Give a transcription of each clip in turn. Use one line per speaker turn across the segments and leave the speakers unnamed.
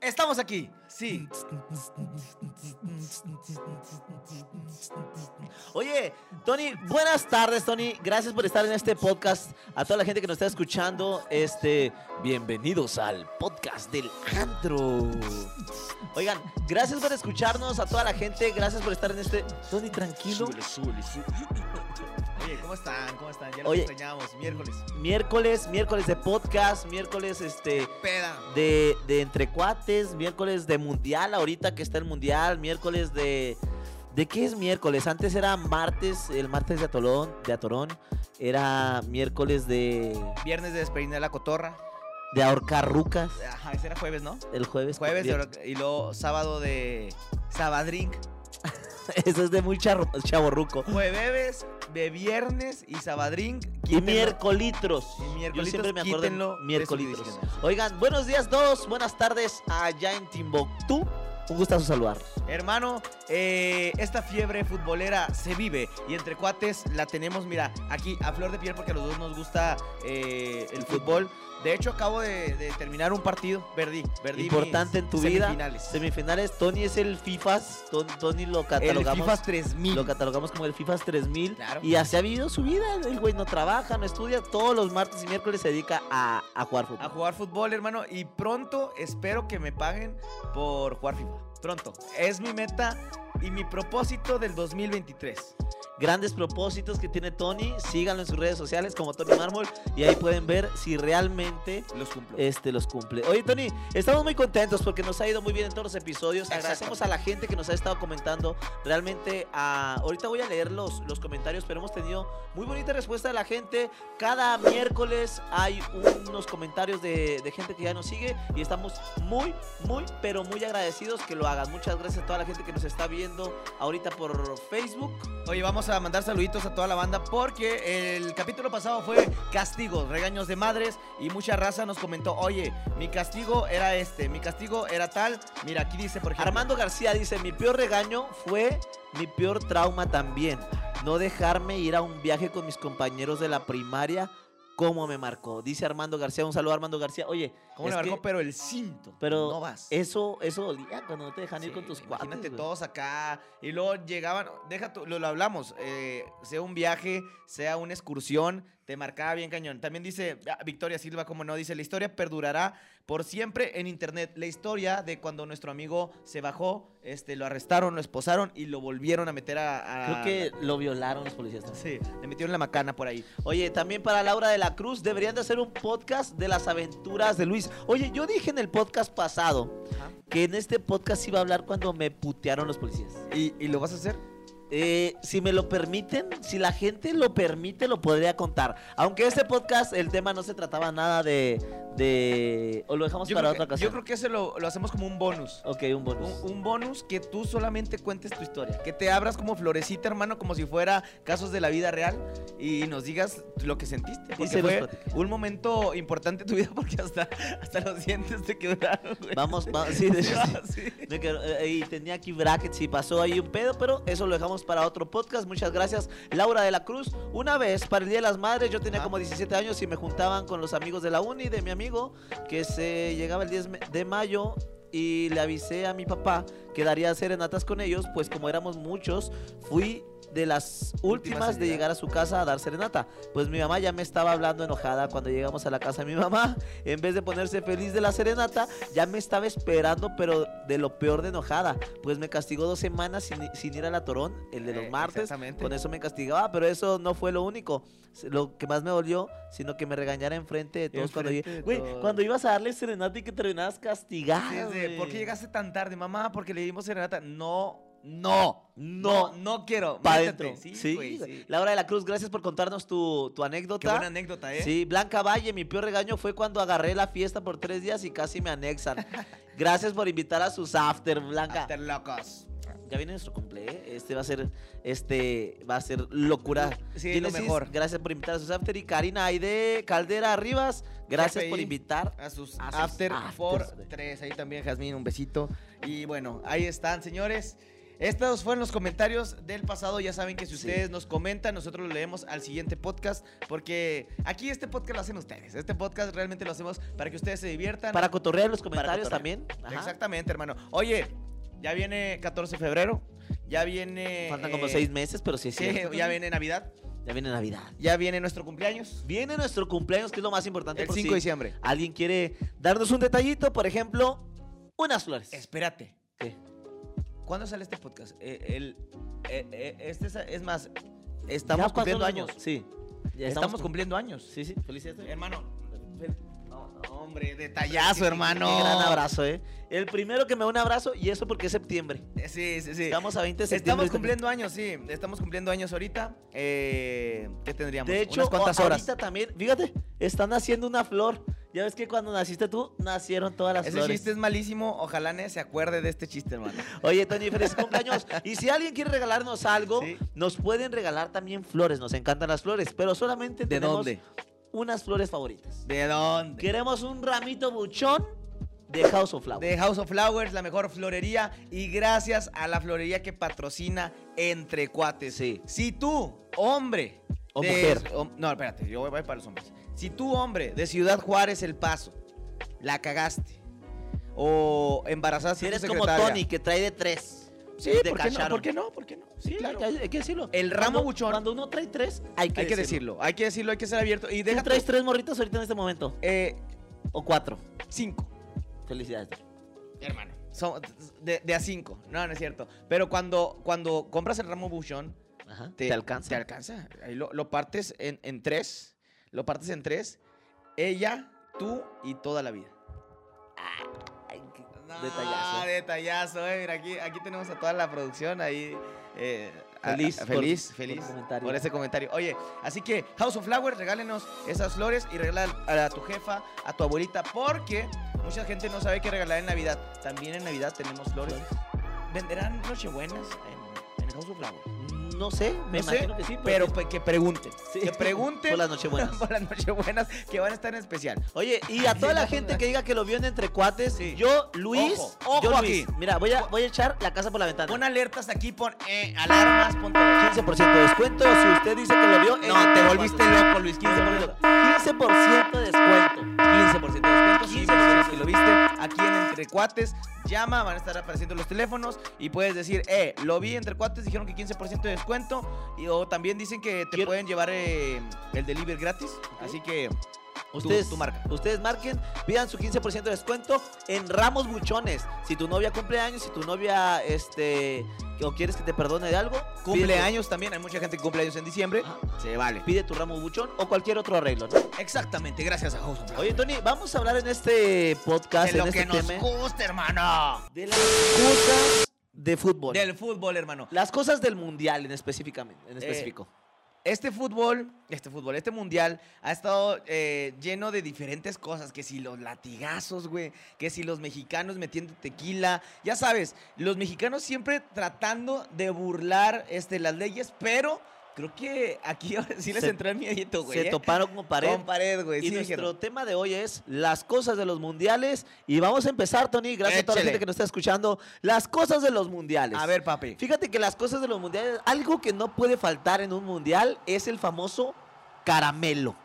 estamos aquí. Sí.
Oye, Tony, buenas tardes, Tony. Gracias por estar en este podcast. A toda la gente que nos está escuchando, este, bienvenidos al podcast del antro. Oigan, gracias por escucharnos a toda la gente. Gracias por estar en este. Tony, tranquilo.
Oye, ¿cómo están? ¿Cómo están? Ya los
Oye.
extrañamos. Miércoles.
Miércoles, miércoles de podcast, miércoles este
Peda.
de, de entre cuates, miércoles de mundial ahorita que está el mundial, miércoles de ¿De qué es miércoles? Antes era martes, el martes de Atolón, de Atorón, era miércoles de
Viernes de despeinar la cotorra.
de ahorcar rucas,
Ajá, ese era jueves, ¿no?
el jueves.
Jueves
de-
de- y luego sábado de Sabadrink.
Eso es de muy charro- chavorruco.
Jueves, de viernes y Sabadrink.
Y
quítenlo.
miércolitros.
Y
Yo
miércolitos,
siempre me acuerdo de
quítenlo de su
miércolitros.
diccionario.
Oigan, buenos días todos, buenas tardes allá en Timbuktu. Un gustazo saludar.
Hermano, eh, esta fiebre futbolera se vive y entre cuates la tenemos, mira, aquí a flor de piel porque a los dos nos gusta eh, el fútbol. De hecho, acabo de, de terminar un partido, perdí, perdí. mis
importante en tu vida.
semifinales.
Semifinales. Tony es el FIFAs. Ton- Tony lo
El
catalogamos.
FIFA 3000.
Lo catalogamos como el FIFAs 3000.
Claro.
Y así ha vivido su vida. El güey no trabaja, no estudia. Todos los martes y miércoles se dedica a, a jugar fútbol.
A jugar fútbol, hermano, y pronto espero que me paguen por jugar FIFA. Pronto. Es mi meta y mi propósito del 2023.
Grandes propósitos que tiene Tony. Síganlo en sus redes sociales como Tony Mármol. Y ahí pueden ver si realmente
Los cumplo.
este los cumple. Oye, Tony, estamos muy contentos porque nos ha ido muy bien en todos los episodios.
Exacto.
Agradecemos a la gente que nos ha estado comentando. Realmente, ah, ahorita voy a leer los, los comentarios, pero hemos tenido muy bonita respuesta de la gente. Cada miércoles hay unos comentarios de, de gente que ya nos sigue y estamos muy, muy, pero muy agradecidos que lo hagan. Muchas gracias a toda la gente que nos está viendo ahorita por Facebook.
Oye, vamos a mandar saluditos a toda la banda porque el capítulo pasado fue castigos, regaños de madres y mucha raza nos comentó, oye, mi castigo era este, mi castigo era tal. Mira, aquí dice, por ejemplo,
Armando García dice, mi peor regaño fue mi peor trauma también. No dejarme ir a un viaje con mis compañeros de la primaria, como me marcó. Dice Armando García, un saludo a Armando García. Oye,
¿cómo
es
le marcó? pues?
que
Pero el cinto.
pero
no vas.
eso, eso dolía cuando no te dejan ir
Sí,
con tus cuates.
Imagínate
güey.
todos acá. Y luego llegaban, deja tú, lo, lo hablamos, eh, sea un viaje, sea una excursión, te marcaba bien cañón. También dice ah, Victoria Silva, como no, dice, la historia perdurará por siempre en internet. La historia de cuando nuestro amigo se bajó, este, lo arrestaron, lo esposaron y lo volvieron a meter a... a-
Creo que lo violaron los policías. también.
Sí, le metieron la macana por ahí.
Oye, también para Laura de la Cruz deberían de hacer un podcast de las aventuras de Luis. Oye, yo dije en el podcast pasado
Ajá.
que en este podcast iba a hablar cuando me putearon los policías.
¿Y, y lo vas a hacer?
Eh, si me lo permiten, si la gente lo permite, lo podría contar. Aunque este podcast, el tema no se trataba nada de. de o lo dejamos
Yo
para
creo,
otra
que,
ocasión.
yo creo que ese lo, lo hacemos como un bonus.
Ok, un bonus.
Un, un bonus que tú solamente cuentes tu historia. Que te abras como florecita, hermano, como si fuera casos de la vida real y nos digas lo que sentiste. Porque
se los
fue
platicamos.
un momento importante en tu vida porque hasta, hasta los dientes te quebraron, güey.
Vamos, va- sí, de hecho, sí.
Sí.
Me quedo- eh, y tenía aquí brackets y pasó ahí un pedo, pero eso lo dejamos para otro podcast. Muchas gracias, Laura de la Cruz. Una vez, para el Día de las Madres, yo tenía
Ajá.
como 17 años y me juntaban con los amigos de la uni, de mi amigo, que se llegaba el 10 me- de mayo y le avisé a mi papá que daría serenatas con ellos, pues como éramos muchos, fui de las
Últimas
últimas
en
de
llegar.
llegar a su casa a dar serenata. Pues mi mamá ya me estaba hablando enojada cuando llegamos a la casa de mi mamá. En vez de ponerse feliz de la serenata, ya me estaba esperando, pero de lo peor de enojada. Pues me castigó dos semanas sin, sin ir a la Torón, el de los
Eh,
martes.
Exactamente.
Con eso me castigaba, pero eso no fue lo único. S- Lo que más me dolió, sino que me regañara enfrente de todos cuando
Enfrente de
llegué. Güey,
todos.
cuando ibas a darle serenata y que terminabas castigado.
Sí, sí,
güey.
¿Por qué llegaste tan tarde, mamá? Porque le dimos serenata. No, no,
No.
no, no quiero.
Pa'
Métete.
adentro.
Sí,
Sí,
güey,
güey.
sí.
Laura de la Cruz, gracias por contarnos tu, tu
Qué
anécdota.
buena anécdota, ¿eh?
Sí, Blanca Valle, mi peor regaño fue cuando agarré la fiesta por tres días y casi me anexan. Gracias por invitar a sus after, Blanca.
After locos.
Ya viene nuestro cumple, ¿eh? este va a ser, este va a ser locura.
Sí, lo
Génesis,
mejor.
Gracias por invitar a sus after y Karina Aide Caldera Rivas. Gracias por
GPI.
invitar.
A sus
A sus
After
afters,
for
güey.
3. Ahí también, Jazmín, un besito. Y bueno, ahí están, señores. Estos fueron los comentarios del pasado. Ya saben que si ustedes nos comentan, nosotros lo leemos al siguiente podcast. Porque aquí este podcast lo hacen ustedes. Este podcast realmente lo hacemos para que ustedes se diviertan.
Para cotorrear los comentarios
cotorrear.
también. Ajá.
Exactamente, hermano. Oye, ya viene 14 de febrero. Ya viene.
Faltan como
eh,
seis meses, pero sí, es
Sí,
cierto.
ya viene Navidad.
Ya viene Navidad.
Ya viene nuestro cumpleaños.
Viene nuestro cumpleaños, que es lo más importante.
El
por
5
si
de diciembre.
Alguien quiere darnos un detallito, por ejemplo, unas flores.
Espérate.
¿Qué?
¿Cuándo sale este podcast? Eh, el, eh, eh, este es, es más, estamos
Ya pasó
cumpliendo
los
años.
Sí. Ya
Estamos,
cum-
cumpliendo años.
Sí, sí. Felicidades.
Hermano. fel- no, no, hombre, detallazo, hermano.
Qué gran abrazo, ¿eh? El primero que me da un abrazo, y eso porque es septiembre.
Eh, Sí, sí, sí.
Estamos a 20 de septiembre.
Estamos cumpliendo años, sí. Estamos cumpliendo años ahorita. Eh, ¿Qué tendríamos?
De hecho,
unas cuantas
o-
horas.
ahorita también, fíjate, están haciendo una flor. Ya ves que cuando naciste tú, nacieron todas las
Ese
flores.
chiste es malísimo. Ojalá nadie se acuerde de este chiste, hermano.
Oye, Tony, feliz cumpleaños. Y si alguien quiere regalarnos algo,
Sí.
nos pueden regalar también flores. Nos encantan las flores, pero solamente
¿De
tenemos
dónde?
unas flores favoritas.
¿De dónde?
Queremos un ramito buchón de House of Flowers.
de House of Flowers, la mejor florería. Y gracias a la florería que patrocina Entre Cuates.
Sí.
Si tú, hombre.
O
de-
mujer.
o- no, espérate, yo voy voy para los hombres. Si tú, hombre, de Ciudad Juárez, El Paso, la cagaste. O embarazaste
Si
a tu
eres como
secretaria.
Tony, que trae de tres.
Sí,
de
¿por qué, no?
cacharon.
¿por qué no? ¿Por qué no?
Sí, hay, hay que decirlo.
El ramo
Cuando-
buchón.
Cuando uno trae tres, hay que
Hay que decirlo, hay que decirlo, hay que ser abierto. Y deja
¿Tú traes tres morritas ahorita en este momento?
eh,
¿O cuatro?
cinco.
Felicidades.
hermano. Son- de, de a cinco. No, no es cierto. Pero cuando, cuando compras el ramo buchón,
Ajá.
te,
Te, alcanza.
Te alcanza. Ahí lo, lo partes en, en tres. Lo partes en tres. Ella, tú y toda la vida.
Ay, qué-
Ah,
Detallazo.
detallazo, eh. Mira, aquí, aquí tenemos a toda la producción ahí. eh, a-
Feliz
a-
por-
feliz,
por
feliz
tu comentario.
por ese comentario. Oye, así que House of Flowers, regálenos esas flores y regala a tu jefa, a tu abuelita, porque mucha gente no sabe qué regalar en Navidad. También en Navidad tenemos flores. ¿Venderán nochebuenas en, en el House of Flowers?
No sé, me
No sé,
imagino que sí,
Pero pe- que pregunten,
Sí.
que pregunten
Por las nochebuenas.
por las nochebuenas que van a estar en especial.
pues, Oye, y a toda la gente que diga que lo vio en Entre Cuates, yo, Luis,
Ojo, ojo
yo, Luis.
aquí.
Mira, voy a, voy a echar la casa por la ventana.
Pon alertas aquí, pon eh, alarmas, pon todo. Eh,
15% de descuento si usted dice que lo vio en
No, te
Entre
volviste
Cuates.
loco, Luis. 15%.
15% de descuento.
15% de descuento. Sí,
15%
personas que lo viste aquí en Entre Cuates. Llama, van a estar apareciendo los teléfonos y puedes decir, eh, lo vi Entre Cuates, dijeron que 15% de descuento. Y, o también dicen que te
Quiero-
pueden llevar eh, el delivery gratis. Así que tu-
Ustedes,
tu, marca.
ustedes marquen, pidan su 15% de descuento en Ramos Buchones. Si tu novia cumple años, si tu novia, este, o quieres que te perdone de algo, pide tu-
Cumpleaños también, hay mucha gente que cumple años en diciembre.
Ajá.
Se vale.
Pide tu ramo buchón o cualquier otro arreglo, ¿no?
Exactamente, gracias a House of
Oye, Tony, vamos a hablar en este podcast,
de lo
en este
que nos
tema,
gusta, hermano.
de las cosas de fútbol.
Del fútbol, hermano.
Las cosas del mundial en específicamente,
Eh,
en específico.
Este fútbol, este fútbol, este mundial ha estado eh, lleno de diferentes cosas. Que si los latigazos, güey. Que si los mexicanos metiendo tequila. Ya sabes, los mexicanos siempre tratando de burlar este, las leyes, pero creo que aquí ahora sí les
Se-
entró el miedito, güey.
Se
eh.
toparon con pared.
Con pared, güey.
Y
sí,
nuestro
dijeron.
tema de hoy es las cosas de los mundiales. Y vamos a empezar, Tony. Gracias a toda la
Échele.
gente que nos está escuchando. Las cosas de los mundiales.
A ver, papi.
Fíjate que las cosas de los mundiales, algo que no puede faltar en un mundial es el famoso caramelo.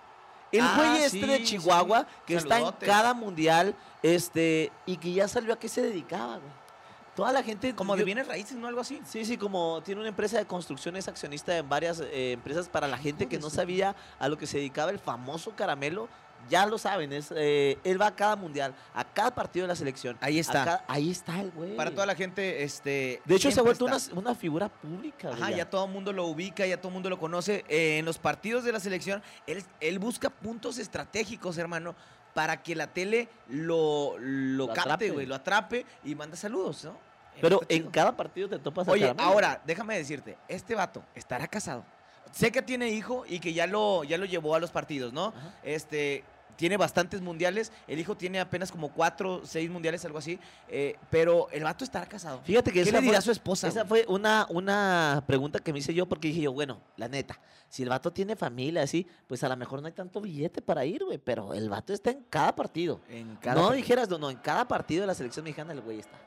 El
Ah,
güey este
sí,
de
sí.
Chihuahua que está
Saludotes.
en cada mundial este y que ya salió a qué se dedicaba, güey. Toda la gente
Como de
yo-
bienes raíces, ¿no? Algo así.
Sí, sí, como tiene una empresa de construcción, es accionista en varias eh, empresas. Para la gente que no sabía a lo que se dedicaba el famoso caramelo, ya lo saben, es, eh, él va a cada mundial, a cada partido de la selección.
Ahí
a
está.
cada- ahí está el güey.
Para toda la gente, este.
De hecho, se ha
siempre
vuelto
está.
una, una figura pública. güey,
Ajá, ya todo el mundo lo ubica, ya todo el mundo lo conoce. Eh, en los partidos de la selección, él, él busca puntos estratégicos, hermano, para que la tele lo, lo,
Lo
capte,
atrape.
güey, lo atrape y manda saludos, ¿no?
Pero
Está
en
chido.
cada partido te topas al
Oye,
caramelo.
ahora, déjame decirte, este vato estará casado. Sé que tiene hijo y que ya lo, ya lo llevó a los partidos, ¿no?
Ajá.
Este, tiene bastantes mundiales. El hijo tiene apenas como cuatro, seis mundiales, algo así. eh, pero el vato estará casado.
Fíjate que
¿Qué
esa
le dirá
fue-
a su esposa?
Esa
güey?
fue una, una pregunta que me hice yo porque dije yo, bueno, la neta, si el vato tiene familia así, pues a lo mejor no hay tanto billete para ir, güey, pero el vato está en cada partido.
En cada
No
partido.
dijeras, no, no, en cada partido de la selección mexicana el güey está.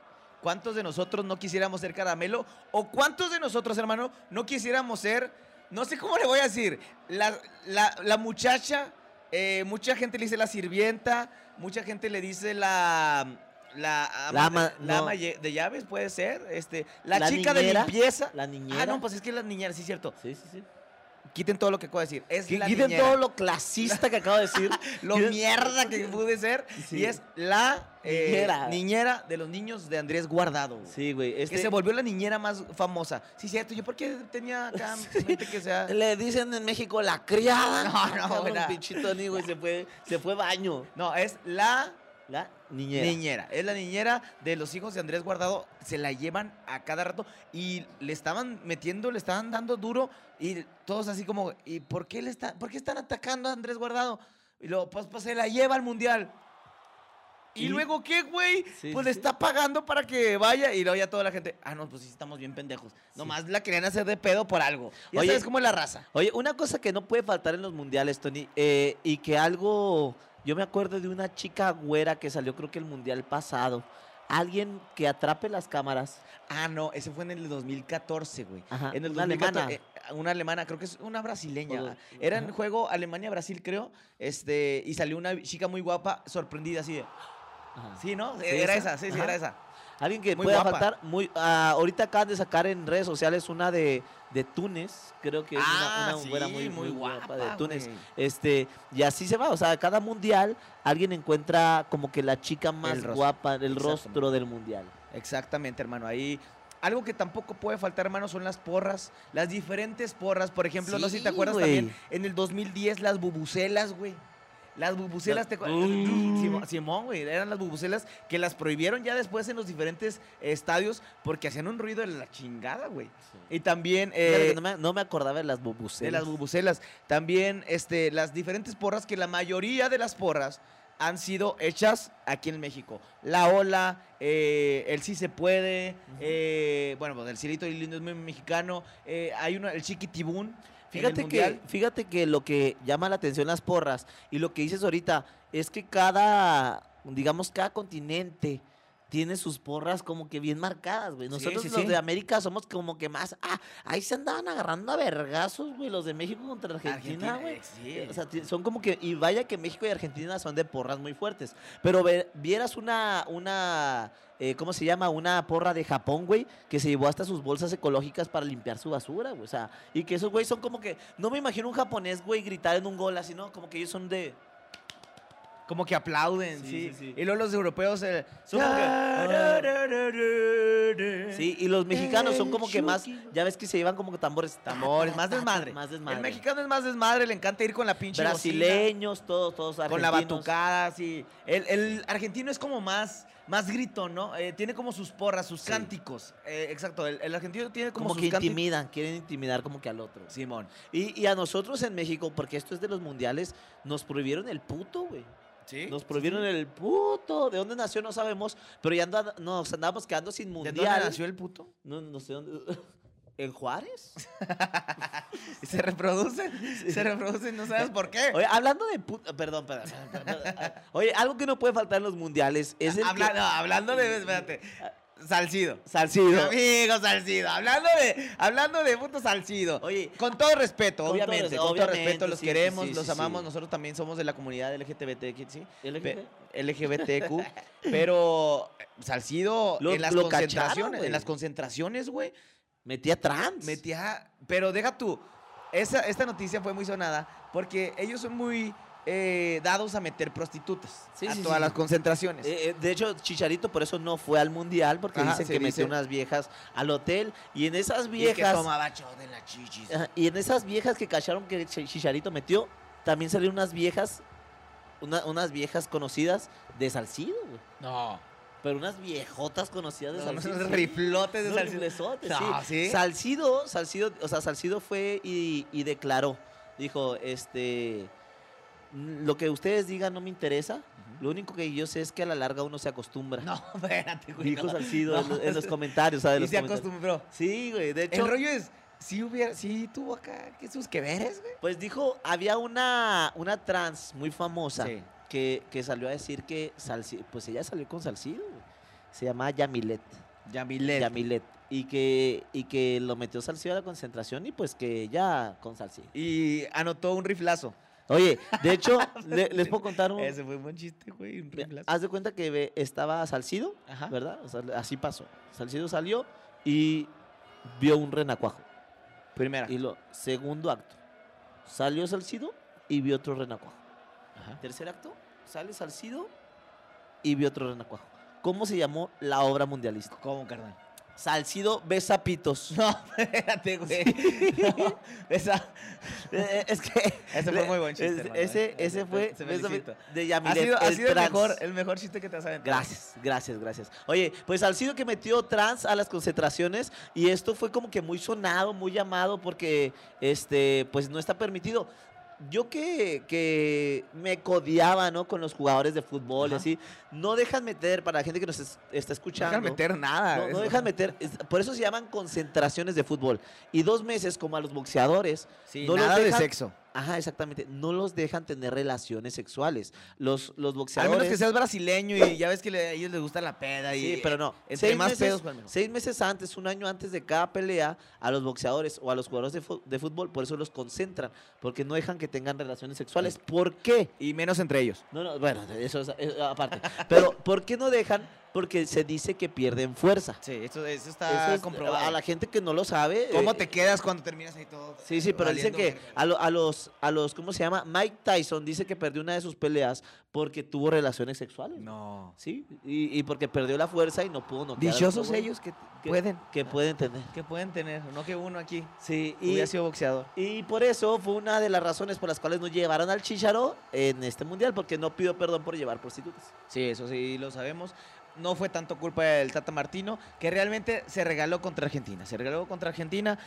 ¿Cuántos de nosotros no quisiéramos ser caramelo? ¿O cuántos de nosotros, hermano, no quisiéramos ser, no sé cómo le voy a decir, la, la- la muchacha, eh, mucha gente le dice la sirvienta, mucha gente le dice la... La ama,
La ama-
la
no.
ama ye- de llaves puede ser, este, la,
La
chica
niñera,
de limpieza.
La niñera.
Ah, no, pues es que es la niñera, sí, cierto.
Sí, sí, sí.
Quiten todo lo que acabo de decir. Es la
Quiten
niñera.
todo lo clasista que acabo de decir.
lo
Quiten-
mierda que pude ser.
Sí.
Y es la eh, niñera.
Niñera.
de los niños de Andrés Guardado. güey.
Sí, güey. Este,
Que se volvió la niñera más famosa. Sí, cierto. Yo porque tenía acá en mente que sea.
Le dicen en México la criada.
No, no,
Acá
güey,
un
nada.
pinchito ni, güey, se fue, se fue baño.
No, es la
La niñera.
niñera. Es la niñera de los hijos de Andrés Guardado. Se la llevan a cada rato y le estaban metiendo, le estaban dando duro y todos así como, ¿y por qué le está, por qué están atacando a Andrés Guardado? Y luego, pues, pues se la lleva al mundial. ¿Y,
¿Y?
luego qué, güey?
Sí,
pues
sí,
le
sí.
está pagando para que vaya y luego ya toda la gente, ah, no, pues sí estamos bien pendejos. Nomás la querían hacer de pedo por algo. Ya
Oye,
sabes cómo es la raza.
Oye, una cosa que no puede faltar en los mundiales, Tony, eh, y que algo, yo me acuerdo de una chica güera que salió creo que el mundial pasado. Alguien que atrape las cámaras.
Ah, no, ese fue en el 2014, güey.
Ajá,
En el
una
2014,
alemana.
eh, una alemana, creo que es una brasileña.
O dos,
ah. Era en
ajá.
juego Alemania-Brasil, creo. Este, y salió una chica muy guapa, sorprendida, así de.
Ajá.
Sí, ¿no?
Sí,
era esa,
esa,
sí, sí,
ajá.
era esa.
Alguien que
Muy
pueda
guapa.
faltar. Muy, ah, ahorita acaban de sacar en redes sociales una de, de Túnez. Creo que es una,
Ah,
una güera muy, Ah, muy guapa de Túnez.
güey.
Este, y así se va, o sea, cada mundial alguien encuentra como que la chica más
rostro,
guapa, el
exactamente.
rostro del mundial.
Exactamente, hermano. Ahí. Algo que tampoco puede faltar, hermano, son las porras. Las diferentes porras. Por ejemplo, no sé si te
Sí,
acuerdas
güey.
también, en el 2010, las bubucelas, güey. Las bubucelas,
La-
te acuer-
Mm.
Simo- Simón, güey, eran las bubucelas que las prohibieron ya después en los diferentes eh, estadios porque hacían un ruido de la chingada, güey. Y también
Fíjate
eh,
que no, me, no me acordaba de las bubucelas.
de las bubucelas. También este, las diferentes porras, que la mayoría de las porras han sido hechas aquí en México. La ola, eh, el sí se puede, eh, bueno, pues el cielito lindo es muy mexicano. eh, hay uno, el chiquitibún. en el
Fíjate que,
Mundial.
fíjate que lo que llama la atención las porras y lo que dices ahorita es que cada, digamos, cada continente tiene sus porras como que bien marcadas, güey.
Sí,
Nosotros
sí,
los
sí.
de América somos como que más, ah, ahí se andaban agarrando a vergazos, güey, los de México contra Argentina, güey.
eh, sí.
O sea, ti- son como que, y vaya que México y Argentina son de porras muy fuertes. Pero ve- vieras una, una, eh, ¿cómo se llama? Una porra de Japón, güey, que se llevó hasta sus bolsas ecológicas para limpiar su basura, güey. O sea, y que esos, güey, son como que, no me imagino un japonés, güey, gritar en un gol así, ¿no? Como que ellos son de...
como que aplauden, sí.
Sí, sí, sí.
Y luego los europeos. eh,
Son como que,
ah.
Sí, y los mexicanos son como que más,
Chucky.
ya ves que se llevan como que tambores. ta, ta,
Amores,
ta,
más
ta, ta,
desmadre.
Ah, Más desmadre.
El mexicano es más desmadre, le encanta ir con la pinche bocina.
Brasileños, todos, todos argentinos.
Con la batucada, sí. El, el argentino es como más, más grito, ¿no? Eh, tiene como sus porras, sus
Sí.
cánticos. Eh, exacto, el, el argentino tiene como,
Como,
sus
que
cánticos.
intimidan, quieren intimidar como que al otro.
Simón.
Y, y a nosotros en México, porque esto es de los mundiales, nos prohibieron el puto, güey.
Sí.
Nos prohibieron el puto. ¿De dónde nació? No sabemos. Pero ya anda- nos andábamos quedando sin
¿De
mundial.
dónde nació el puto?
No, no sé dónde. ¿En Juárez?
Se reproduce, se reproduce y no sabes por qué.
Oye, hablando de puto. Perdón, perdón, perdón, perdón. Oye, algo que no puede faltar en los mundiales es el. que- Ah.
Habla- no, hablando de, espérate, Salcido.
Salcido.
Amigo Salcido, hablando de, hablando de puto Salcido.
Oye,
Con todo respeto,
Con todo
obviamente,
res-
con todo
obviamente,
respeto, los
sí, sí,
queremos,
sí,
los
sí,
amamos,
sí.
nosotros también somos de la comunidad LGBT, ¿sí?
LGBT.
LGBTQ, pero eh, Salcido
Lo-
en las
lo cacharon,
concentraciones,
güey.
en las concentraciones, güey,
Metía trans.
metía, pero deja tú, esa, esta noticia fue muy sonada porque ellos son muy eh, dados a meter prostitutas
Sí,
a
sí,
todas
sí.
las concentraciones.
Eh, eh, de hecho, Chicharito por eso no fue al mundial, porque
Ajá,
dicen
se
que
dice.
metió unas viejas al hotel. Y en esas
Y es
viejas.
que tomaba shot en la chichis.
Ajá, Y en esas viejas que cacharon que Chi- Chicharito metió, también salieron unas viejas, una- unas viejas conocidas de Salcido, güey.
No.
Pero unas viejotas conocidas de
no,
Salcido.
unos
sí.
riflotes de
Unos
Salcido.
riflesotes,
No,
sí.
¿sí?
Salcido, Salcido, o sea, Salcido fue y, y declaró. Dijo, este, "Mm, lo que ustedes digan no me interesa. Lo único que yo sé es que a la larga uno se acostumbra.
No, espérate, güey.
Dijo
no.
Salcido en
No.
los- en los comentarios, o sea, de
Y
los
se
comentarios.
acostumbró.
Sí, güey, de hecho.
El rollo es, si hubiera, si tuvo acá, que sus que veres, güey.
Pues dijo, había una, una trans muy famosa
Sí.
que, que salió a decir que Salci- pues ella salió con Salcido, güey. Se llamaba Yamilet.
Yamilet.
Yamilet. Y que, y que lo metió Salcido a la concentración y pues que ya con Salcido.
Y anotó un riflazo.
Oye, de hecho, le- les puedo contar un...
Ese fue un buen chiste, güey. Un
Mira,
riflazo.
Haz de cuenta que ve- estaba Salcido,
Ajá.
¿verdad? O sea, así pasó. Salcido salió y vio un renacuajo.
Primera.
Y lo segundo acto, salió Salcido y vio otro renacuajo.
Ajá.
Tercer acto, sale Salcido y vio otro renacuajo. ¿Cómo se llamó la obra mundialista?
¿Cómo, carnal?
Salcido besa pitos.
No, espérate, güey. No, esa-
Eh, es que
ese fue muy buen chiste.
es-
hermano. eh.
ese, ese fue
Se
besa
felicito.
pi- de
Ha
Yamilet.
sido, ha
el
sido el,
trans.
mejor, el mejor chiste que te has aventado.
Gracias, gracias, gracias. Oye, pues Salcido que metió trans a las concentraciones y esto fue como que muy sonado, muy llamado porque este pues no está permitido. Yo que, que me codiaba, ¿no? Con los jugadores de fútbol y
Ajá.
así. No dejan meter, para la gente que nos es- está
No
escuchando.
dejan meter nada.
No, no
eso.
dejan meter. es- Por eso se llaman concentraciones de fútbol. Y dos meses, como a los boxeadores,
Sí,
no los
nada de
dejan-
sexo.
ajá, exactamente, no los dejan tener relaciones sexuales. Los, los
Al
boxeadores.
menos que seas brasileño y ya ves que le- a ellos les gusta la peda. Y,
Sí, pero no.
eh, entre más pedos, pues, mejor.
seis meses antes, un año antes de cada pelea, a los boxeadores o a los jugadores de, fu- de fútbol, por eso los concentran, porque no dejan que tengan relaciones sexuales. ¿Por qué?
Y menos entre ellos.
No, no, bueno, eso es eh, aparte. Pero, ¿por qué no dejan? Porque se dice que pierden fuerza.
Sí, eso, eso está
Eso es,
comprobado.
A la gente que no lo sabe.
¿Cómo
eh,
te quedas cuando terminas ahí todo?
Sí, sí, pero dicen
valiendo
que
verga?
a, lo- a los, a los, ¿cómo se llama? Mike Tyson dice que perdió una de sus peleas porque tuvo relaciones sexuales.
No.
Sí, y, y porque perdió la fuerza y no pudo noquear. al otro
Dichosos
güey.
ellos que
que-
pueden.
Que pueden tener.
Que pueden tener, no que uno aquí
Sí, y,
hubiera sido boxeador.
y por eso fue una de las razones por las cuales nos llevaron al Chicharo en este mundial, porque no pido perdón por llevar prostitutas.
Sí, eso sí lo sabemos. No fue tanto culpa del Tata Martino, que realmente se regaló contra Argentina. Se regaló contra Argentina.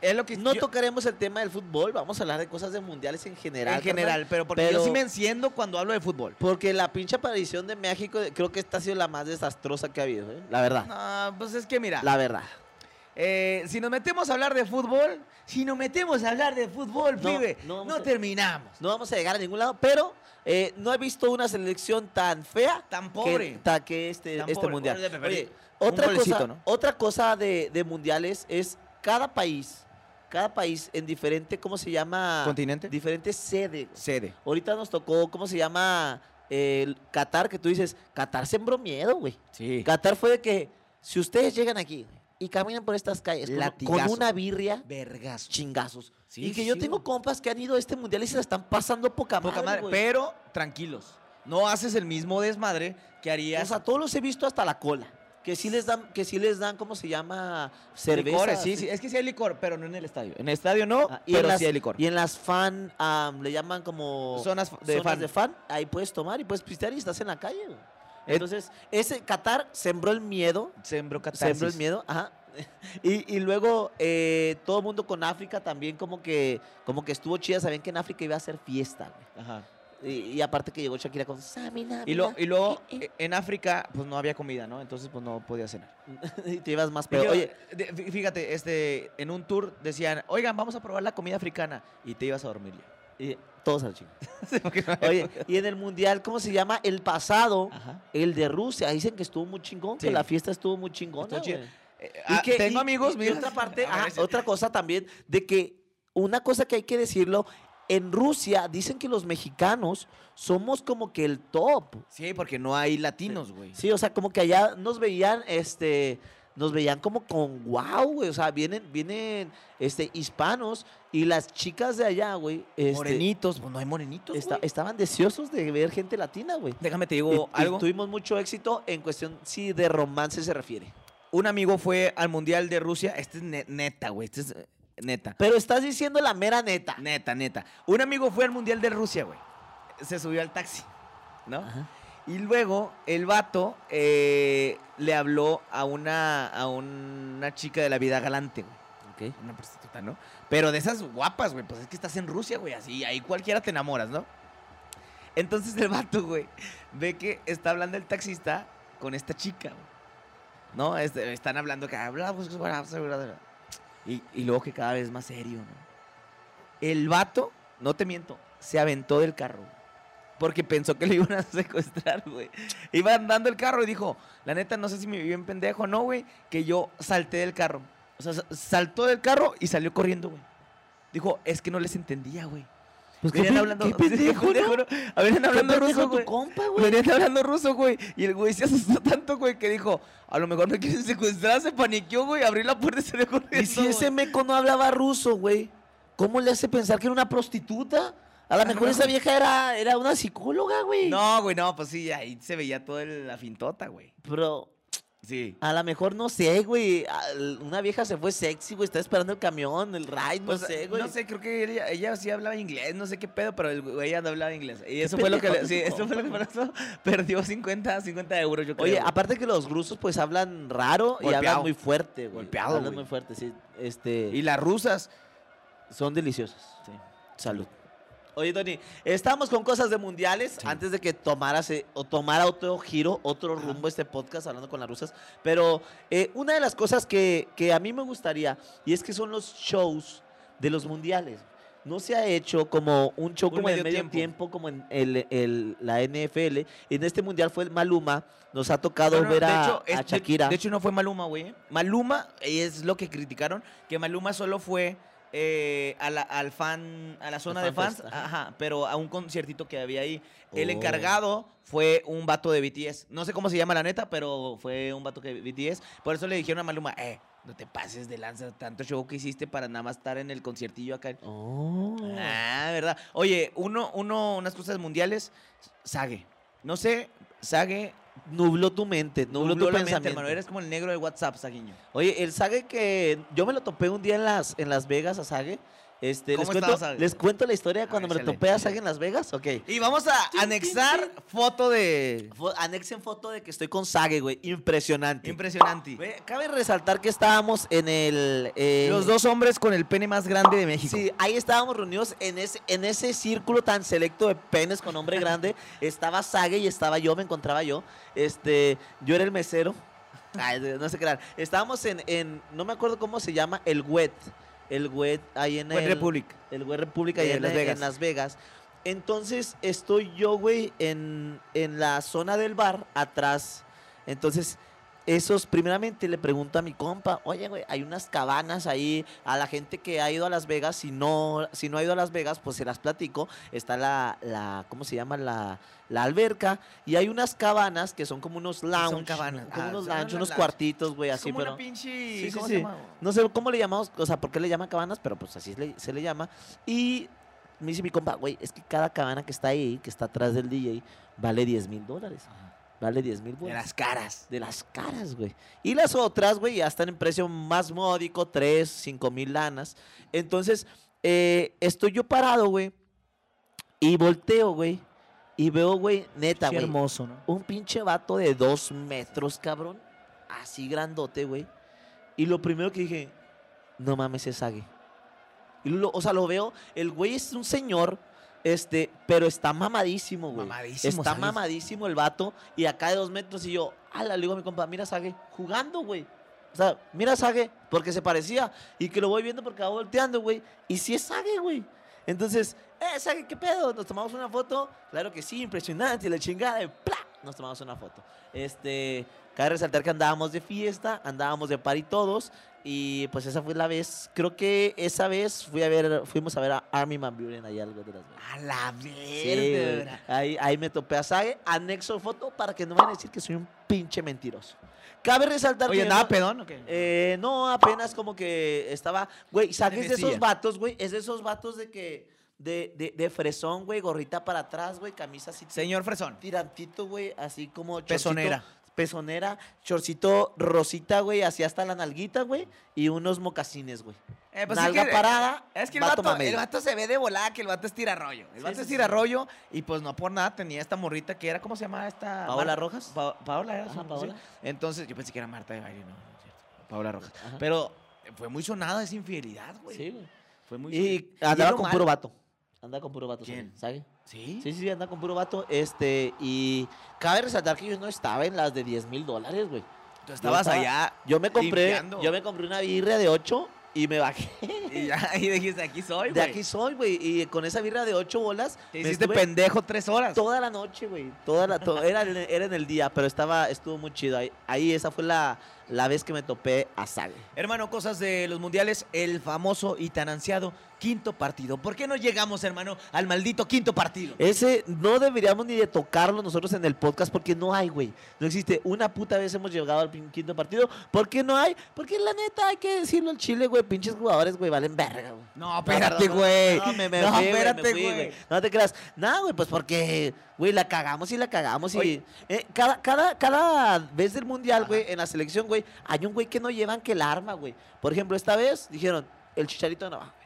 Es lo que
No
yo-
tocaremos el tema del fútbol, vamos a hablar de cosas de mundiales en general.
en general,
carnal,
pero porque
pero-
yo sí me enciendo cuando hablo de fútbol.
Porque la pinche aparición de México eh, creo que esta ha sido la más desastrosa que ha habido, ¿eh? la verdad.
No, pues es que mira,
La verdad.
eh, si nos metemos a hablar de fútbol, si nos metemos a hablar de fútbol,
No,
pibe,
no
no,
vamos a-
terminamos.
No vamos a llegar a ningún lado, pero eh, no he visto una selección tan fea
Tan
que-
pobre.
ta- Que, este,
Tan
este
pobre.
mundial.
Bueno, de
Oye,
preferir un
otra cosa,
golecito, ¿no?
otra cosa de, de mundiales es cada país, cada país en diferente, ¿cómo se llama?
¿Continente?
Diferente sede. güey.
Sede.
Ahorita nos tocó, ¿cómo se llama? El Qatar, que tú dices, Qatar sembró miedo, güey.
Sí.
Qatar fue de que, si ustedes llegan aquí y caminan por estas calles con- con,
Latigazo.
una birria,
Vergas.
chingazos.
Sí,
y que
sí,
yo
sí,
tengo
güey.
compas que han ido a este mundial y se la están pasando poca,
Poca madre,
güey.
pero tranquilos. No haces el mismo desmadre que
O
harías
sea, todos los he visto hasta la cola. Que sí les dan, que sí les dan, ¿cómo se llama? Cerveza.
Licores, sí, sí. Es que sí hay licor, pero no en el estadio. En el estadio no,
Ah,
pero
en las,
sí hay licor.
Y en las fan, am, le llaman como
Zonas f- de
zonas
fan.
de fan, ahí puedes tomar y puedes pistear y estás en la calle. güey.
Eh,
Entonces, ese Qatar sembró el miedo,
Sembró catarsis.
sembró el miedo, ajá. Y, y luego eh, todo el mundo con África también como que, como que estuvo chida, sabían que en África iba a ser fiesta. güey.
Ajá.
Y, y aparte que llegó Shakira con Samina.
Y, lo- Ah, y luego, eh, en África, pues no había comida, ¿no? Entonces, pues no podía cenar.
y te ibas más pero
Yo-
Oye,
de- fí- fíjate, este, en un tour decían, oigan, vamos a probar la comida africana. Y te ibas a dormir ya.
y todos al chingo.
Sí, porque no había-
Oye, y en el mundial, ¿cómo se llama? El pasado,
Ajá.
el de Rusia. Dicen que estuvo muy chingón, que
Sí.
la fiesta estuvo muy chingona.
Estuvo chida.
güey.
Eh,
Y
ah,
que-
tengo
y-
amigos,
y
mira.
otra parte,
A
ajá,
ver, ese-
otra cosa también, de que una cosa que hay que decirlo, en Rusia dicen que los mexicanos somos como que el top.
Sí, porque no hay latinos, güey.
Sí, o sea, como que allá nos veían, este, nos veían como con wow, güey. O sea, vienen, vienen, este, hispanos y las chicas de allá, güey, este,
morenitos, pues no hay morenitos,
esta-
güey.
estaban deseosos de ver gente latina, güey.
Déjame te
Y-
digo
y
algo.
tuvimos mucho éxito en cuestión, si de romance se refiere.
Un amigo fue al Mundial de Rusia. Este es ne- neta, güey. Este es eh, neta.
Pero estás diciendo la mera neta.
Neta, neta. Un amigo fue al Mundial de Rusia, güey. Se subió al taxi, ¿no?
Ajá.
Y luego el vato eh, le habló a una, a una chica de la vida galante, güey. Una prostituta, ¿no? Pero de esas guapas, güey. Pues es que estás en Rusia, güey. Así, ahí cualquiera te enamoras, ¿no? Entonces el vato, güey, ve que está hablando el taxista con esta chica, güey. ¿No? Este, están hablando que... pues, Y, y luego que cada vez más serio, ¿no? El vato, no te miento, se aventó del carro. güey. porque pensó que lo iban a secuestrar, güey. Iba andando el carro y dijo, la neta, no sé si me vi bien pendejo o no, güey, que yo salté del carro. O sea, sa- saltó del carro y salió corriendo, güey. Dijo, es que no les entendía, güey.
Pues qué,
Venían
pe-
hablando,
qué pendejo, ¿no?
pendejo, ¿no? Venían hablando ruso, güey.
tu compa, güey.
Venían hablando ruso, güey. Y el güey se asustó tanto, güey, que dijo, a lo mejor me quieren secuestrar, se paniqueó, güey, abrí la puerta y salió corriendo.
Y si ese
güey.
meco no hablaba ruso, güey, ¿cómo le hace pensar que era una prostituta? A lo mejor esa vieja era, era una psicóloga, güey.
No, güey, no, pues sí, ahí se veía toda el- la fintota, güey.
Pero
Sí.
a lo mejor no sé, güey. al- Una vieja se fue sexy, güey. Está esperando el camión, el ride, eh, no
Pues,
sé, güey.
No sé, creo que ella, ella sí hablaba inglés, no sé qué pedo, pero el güey ya no hablaba inglés. Y eso
Qué
fue lo que,
pendejo
le-
tu
sí, eso fue lo que
compa,
pasó. Perdió 50, 50 euros, yo creo.
Oye,
güey.
aparte que los rusos pues hablan raro y hablan
Golpeado.
muy fuerte, güey.
Golpeado,
Hablan
güey.
muy fuerte, sí. Este,
y las rusas.
son deliciosas. Salud. Oye, Tony, estábamos con cosas de mundiales antes de que tomaras eh, o tomara otro giro, otro rumbo este podcast hablando con las rusas. Pero eh, una de las cosas que, que a mí me gustaría y es que son los shows de los mundiales. No se ha hecho como un show
Un
como en
medio
medio tiempo,
tiempo.
como en el, el- la NFL. En este mundial fue el Maluma. Nos ha tocado
No, no,
ver
de
a,
hecho,
a
es- de-
Shakira.
De, hecho, no fue Maluma, güey. Maluma eh, es lo que criticaron, que Maluma solo fue eh, a la- al fan, a la zona
Al
de
fan
fans,
fest, ajá.
ajá, pero a un conciertito que había ahí. El
Oh.
encargado fue un vato de BTS. No sé cómo se llama la neta, pero fue un vato de BTS. Por eso le dijeron a Maluma, eh, no te pases de lanza tanto show que hiciste para nada más estar en el conciertillo acá.
Oh.
Ah, verdad. Oye, uno, uno, unas cosas mundiales, Sage. No sé, Sage
Nubló tu mente, nubló,
Nubló
tu
la mente,
pensamiento.
hermano. Eres como el negro de WhatsApp, Saguiño.
Oye, el Sage que yo me lo topé un día en Las, en las Vegas a Sage. Este,
¿Cómo
les, cuento,
estaba Sage?
les cuento la historia de
A
cuando
ver,
me lo
échale,
topé a
échale.
Sage en Las Vegas. Ok.
Y vamos a anexar foto de.
Fo- anexen foto de que estoy con Sage, güey. Impresionante.
Impresionante.
Güey, Cabe resaltar que estábamos en el. eh,
Los dos hombres con el pene más grande de México.
Sí, ahí estábamos reunidos en ese, en ese círculo tan selecto de penes con hombre grande. estaba Sage y estaba yo, me encontraba yo. Este, yo era el mesero. Ay, de- no sé qué Estábamos en, en, no me acuerdo cómo se llama, el WET. El WET ahí en
Buen
el,
Republic.
el güey República y
De
en,
Las
en
Vegas.
Las Vegas. Entonces estoy yo, güey, en, en la zona del bar, atrás. Entonces, esos, primeramente le pregunto a mi compa, oye, güey, hay unas cabanas ahí. A la gente que ha ido a Las Vegas, si no, si no ha ido a Las Vegas, pues se las platico. Está la, la ¿cómo se llama? La, la alberca. Y hay unas cabanas que son como unos lounge.
cabanas.
Como
Ah,
unos
son unas
lounge, unos
lounge.
cuartitos, güey,
Es
así,
como
pero...
una pinche.
sí,
¿cómo
sí.
se llama?
No sé cómo le llamamos, o sea, por qué le llama cabanas, pero pues así le- se le llama. Y me dice mi compa, güey, es que cada cabana que está ahí, que está atrás del DJ, vale 10 mil dólares. Vale 10 mil
De
dólares.
las caras.
De las caras, güey. Y las otras, güey, ya están en precio más módico, 3, 5 mil lanas. Entonces, eh, estoy yo parado, güey, y volteo, güey, y veo, güey, neta, güey,
hermoso, ¿no?
un pinche vato de dos metros, cabrón. Así grandote, güey. Y lo primero que dije, no mames, es Sage. Y lo- o sea, lo veo, el güey es un señor, este, pero está mamadísimo, güey.
Mamadísimo,
Está
Sage.
mamadísimo el vato. Y acá de dos metros y yo, ala, le digo a mi compa, mira Sage, jugando, güey. O sea, mira Sage, porque se parecía. Y que lo voy viendo porque va volteando, güey. Y sí es Sage, güey. Entonces, eh, Sage, ¿qué pedo? Nos tomamos una foto. Claro que sí, impresionante, la chingada. Y ¡plá! Nos tomamos una foto. Este, cabe resaltar que andábamos de fiesta, andábamos de party todos. Y pues esa fue la vez, creo que esa vez fui a ver, fuimos a ver a Army Van Buren ahí algo de las veces.
A la
Sí, güey.
verga.
ahí, ahí me topé a Sage, anexo foto para que no me vayan a decir que soy un pinche mentiroso. Cabe resaltar
Oye,
que
¿andaba
no-
pedón o qué?
eh, no, apenas como que estaba. Güey, Sage es de esos
Energía.
vatos, güey. Es de esos vatos de que. De, de, de fresón, güey, gorrita para atrás, güey, camisa así.
Señor Fresón.
Tirantito, güey, así como. chorcito-
Pezonera.
Pezonera, chorcito rosita, güey, así hasta la nalguita, güey, y unos mocasines, güey.
Eh, pues es
Nalga
que-
parada.
Es que el vato,
mamey.
el vato se ve de volada que el vato es tirarrollo. El
Sí,
vato
sí,
es
sí.
tirarrollo y pues no por nada tenía esta morrita que era, ¿cómo se llamaba esta?
¿Paola
Mar-
Rojas?
Pa- Paola era
Ajá,
su sí.
Paola.
Entonces, yo pensé que era Marta de baile, no, no es cierto. Paola Rojas.
Ajá.
Pero eh, fue muy sonada esa infidelidad, güey.
Sí, güey.
Fue muy
Y
sonada.
andaba
lo
con
mal-
puro vato. Andaba con puro vato,
¿Quién?
¿sabes?
¿Sí?
Sí, sí, anda con puro vato. Este, y cabe resaltar que yo no estaba en las de 10 mil dólares, güey.
Tú estabas
estaba-
allá.
Yo me compré,
Limpiando.
yo me compré una birria de 8 y me bajé.
Y ya, y dijiste, aquí soy,
De
güey.
aquí soy, güey. Y con esa birra de ocho bolas.
Te
me
hiciste
estuve
pendejo tres horas.
Toda la noche, güey. Toda la, to- era, en- era en el día, pero estaba, estuvo muy chido. Ahí, ahí esa fue la, la vez que me topé a Sal.
Hermano, cosas de los mundiales, el famoso y tan ansiado quinto partido. ¿Por qué no llegamos, hermano, al maldito quinto partido?
Ese no deberíamos ni de tocarlo nosotros en el podcast porque no hay, güey. No existe. Una puta vez hemos llegado al pin- quinto partido. ¿Por qué no hay? Porque la neta hay que decirlo al Chile, güey. Pinches jugadores, güey, valen verga, güey.
No,
espérate, güey. No, espérate, güey. No te creas. Nada, güey, pues porque, güey, la cagamos y la cagamos y...
Oye.
Eh, cada, cada, cada vez del Mundial,
Ajá.
güey, en la selección, güey, hay un güey que no llevan que el arma, güey. Por ejemplo, esta vez dijeron, el Chicharito no va, güey.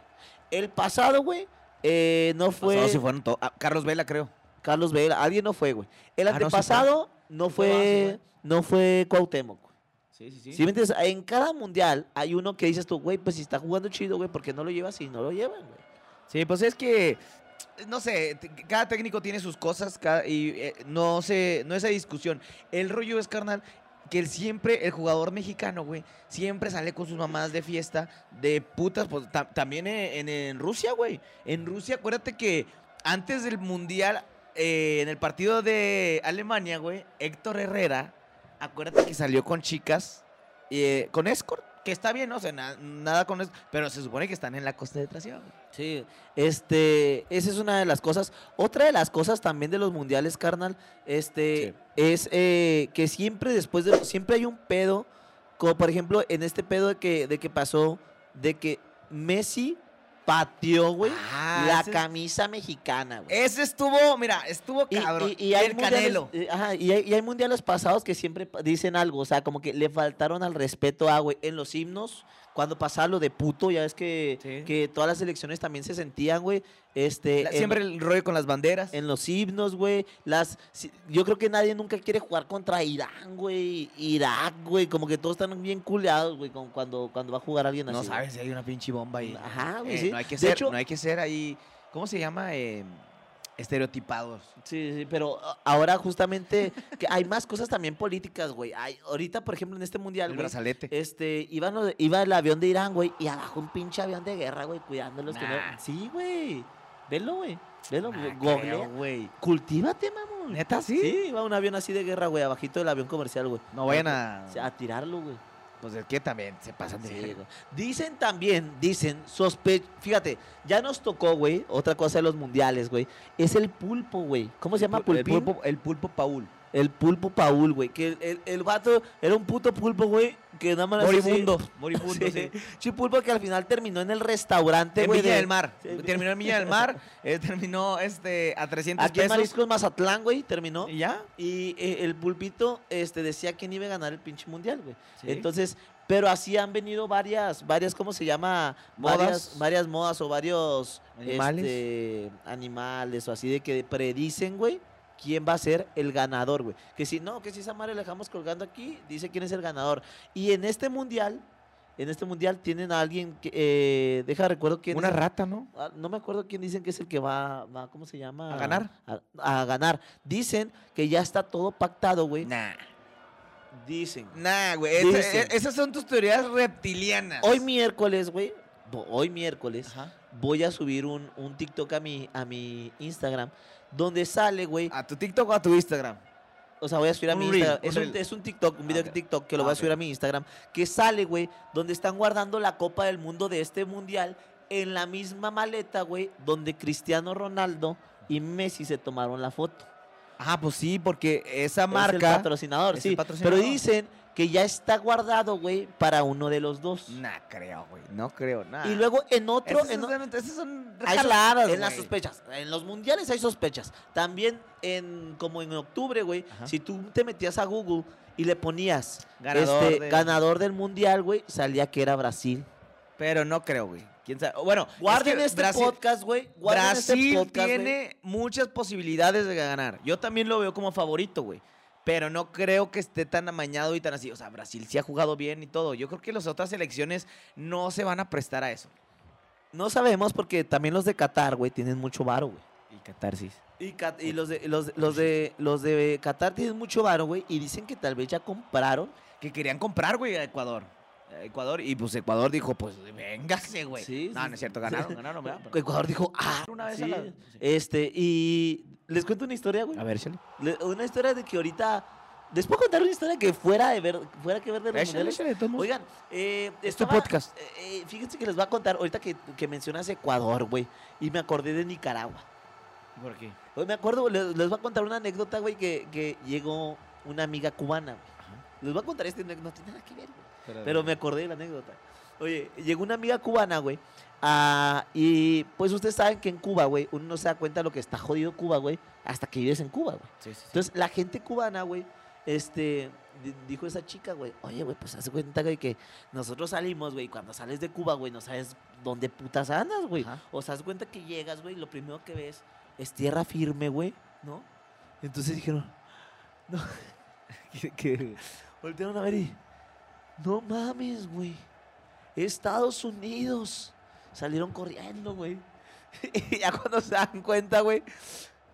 El pasado, güey, eh, no fue...
Pasado sí fueron to- ah, Carlos Vela, creo.
Carlos Vela, alguien no fue, güey. El
Ah, no, sí fue.
antepasado no
Fue Vázquez,
fue,
güey.
no fue Cuauhtémoc, güey.
Sí, sí,
¿Sí me entiendes? En cada mundial hay uno que dices tú, güey, pues si está jugando chido, güey, ¿por qué no lo llevas y no lo llevan, güey?
Sí, pues es que, no sé, t- cada técnico tiene sus cosas cada- y eh, no, se, no es de discusión. El rollo es, carnal, que el siempre, el jugador mexicano, güey, siempre sale con sus mamás de fiesta, de putas, pues ta- también eh, en, en Rusia, güey. En Rusia, acuérdate que antes del Mundial, eh, en el partido de Alemania, güey, Héctor Herrera, acuérdate que salió con chicas, eh, con escort. Que está bien, ¿no? O sea, na- nada con eso. Pero se supone que están en la costa de Tracia, güey.
Sí, este, esa es una de las cosas. Otra de las cosas también de los mundiales, carnal, este, es eh, que siempre después de, siempre hay un pedo, como por ejemplo en este pedo de que, de que pasó, de que Messi pateó, güey,
Ah,
la
ese es-
camisa mexicana, güey.
Ese estuvo, mira, estuvo
Y-
cabrón.
Y, y hay
el
mundiales-
Canelo.
eh, ajá, y hay, y hay mundiales pasados que siempre pa- dicen algo, o sea, como que le faltaron al respeto a, güey, en los himnos, cuando pasaba lo de puto, ya ves que,
Sí.
que todas las elecciones también se sentían, güey, este...
La-
en-
siempre el rollo con las banderas.
en los himnos, güey. Las, si- yo creo que nadie nunca quiere jugar contra Irán, güey. Irak, güey. Como que todos están bien culeados, güey, con- cuando, cuando va a jugar alguien
no
así.
sabes si hay una pinche bomba ahí.
Ajá, Ah, güey,
Eh,
sí.
No hay que
De
ser,
hecho-
no hay que ser ahí. ¿Cómo se llama? Eh, estereotipados.
Sí, sí, pero a- ahora justamente que hay más cosas también políticas, güey. Hay- Ahorita, por ejemplo, en este mundial,
El
güey.
brazalete.
Este, iban los- iba el avión de Irán, güey, y abajo un pinche avión de guerra, güey, cuidándolos. que no-
Nah.
Sí, güey. Velo, güey. Velo,
Ah,
güey.
creo,
googlea.
güey.
Cultívate, mamón.
¿Neta sí?
Sí, iba un avión así de guerra, güey, abajito del avión comercial, güey.
No vayan a.
O sea, a tirarlo, güey.
Pues es que también se pasan de.
ah. Sí,
verga.
güey. Dicen también, dicen, sospe... Fíjate, ya nos tocó, güey, otra cosa de los mundiales, güey. Es el pulpo, güey. ¿Cómo se llama
Pul- el
pulpín?
pulpo, el pulpo Paul.
El pulpo Paul, güey. Que el, el, el vato era un puto pulpo, güey, que nada más... así-
Moribundo.
Sí,
Moribundo, sí.
Sí, pulpo que al final terminó en el restaurante,
En
güey.
Villa
de-
del Mar.
Sí, en-
Terminó en Villa del Mar. eh, terminó este, a 300
Aquí en
pesos.
Mariscos Mazatlán, güey, terminó.
¿Y ya?
Y eh, el pulpito este, decía quién iba a ganar el pinche mundial, güey.
Sí.
Entonces, pero así han venido varias, varias, ¿cómo se llama? Varias,
Modas.
varias modas o varios
Animales.
este, animales o así de que predicen, güey, quién va a ser el ganador, güey. Que si no, que si esa madre la dejamos colgando aquí, dice quién es el ganador. Y en este mundial, en este mundial tienen a alguien que, eh, deja recuerdo quién
Una
es-
rata, ¿no?
Ah, No me acuerdo quién dicen que es el que va, va ¿cómo se llama?
¿A ganar?
A, a ganar. Dicen que ya está todo pactado, güey.
Nah.
Dicen.
Nah, güey. esa-
Dicen.
e- esas son tus teorías reptilianas.
Hoy miércoles, güey. bo- Hoy miércoles
Ajá.
voy a subir un, un TikTok a mi, a mi Instagram donde sale, güey.
¿A tu TikTok o a tu Instagram?
O sea, voy a subir a
Ah, un
mi
reel,
Instagram.
un
Es un,
reel.
es un TikTok, un video de
ok.
TikTok que lo
Ah,
voy a
ok.
subir a mi Instagram. Que sale, güey, donde están guardando la Copa del Mundo de este mundial en la misma maleta, güey, donde Cristiano Ronaldo y Messi se tomaron la foto.
Ah, pues sí, porque esa marca.
Es el patrocinador,
es
sí.
el patrocinador.
Pero dicen que ya está guardado, güey, para uno de los dos.
Nah, creo, güey. No creo, nada.
Y luego en otro,
Esas
en, o-
son, esas son
Hay sos-
jaladas,
en las
güey.
sospechas. En los mundiales hay sospechas. También en como en octubre, güey,
Ajá.
si tú te metías a Google y le ponías
Ganador
este,
de-
ganador del mundial, güey, salía que era Brasil.
Pero no creo, güey. ¿Quién sabe? Bueno, es
Guarden
que
este
Brasil-
podcast, güey. Guarden
Brasil
este podcast, güey.
tiene muchas posibilidades de ganar. Yo también lo veo como favorito, güey. Pero no creo que esté tan amañado y tan así. O sea, Brasil sí ha jugado bien y todo. Yo creo que las otras selecciones no se van a prestar a eso.
No sabemos porque también los de Qatar, güey, tienen mucho varo, güey.
Y catarsis.
Y, Cat- y los, de, los, de- los, de, los de Qatar tienen mucho varo, güey, y dicen que tal vez ya compraron
Que querían comprar, güey, a Ecuador. a Ecuador y pues Ecuador dijo, pues véngase, güey.
Sí,
no, no
sí,
es
sí.
cierto, ganaron, ganaron, ¿verdad? Pero-
Ecuador dijo, ah,
Una vez
sí.
a la- sí.
Este, y les cuento una historia, güey.
A ver, échale.
Le- Una historia de que ahorita. Les puedo contar una historia que fuera de ver, fuera que ver de los
Échale,
mundiales?
échale, de todos modos.
Oigan, eh,
Es tu
estaba-
podcast.
eh, eh, fíjense que les voy a contar ahorita que, que mencionas Ecuador, güey. Y me acordé de Nicaragua.
¿Por qué?
Hoy me acuerdo, les, les voy a contar una anécdota, güey, que, que llegó una amiga cubana, güey. Les voy a contar esta anécdota, no tiene nada que ver, güey. Pero me acordé de la anécdota. Oye, llegó una amiga cubana, güey. ah, y pues ustedes saben que en Cuba, güey, uno no se da cuenta de lo que está jodido Cuba, güey, hasta que vives en Cuba, güey.
Sí, sí, sí.
Entonces, la gente cubana, güey, este, di- dijo esa chica, güey, oye, güey, pues hace cuenta, güey, que nosotros salimos, güey, y cuando sales de Cuba, güey, no sabes dónde putas andas, güey.
Ajá.
O sea, haz cuenta que llegas, güey, y lo primero que ves es tierra firme, güey, ¿no? Entonces dijeron, no, que, que voltearon a ver y, no mames, güey, Estados Unidos. Salieron corriendo, güey. y ya cuando se dan cuenta, güey,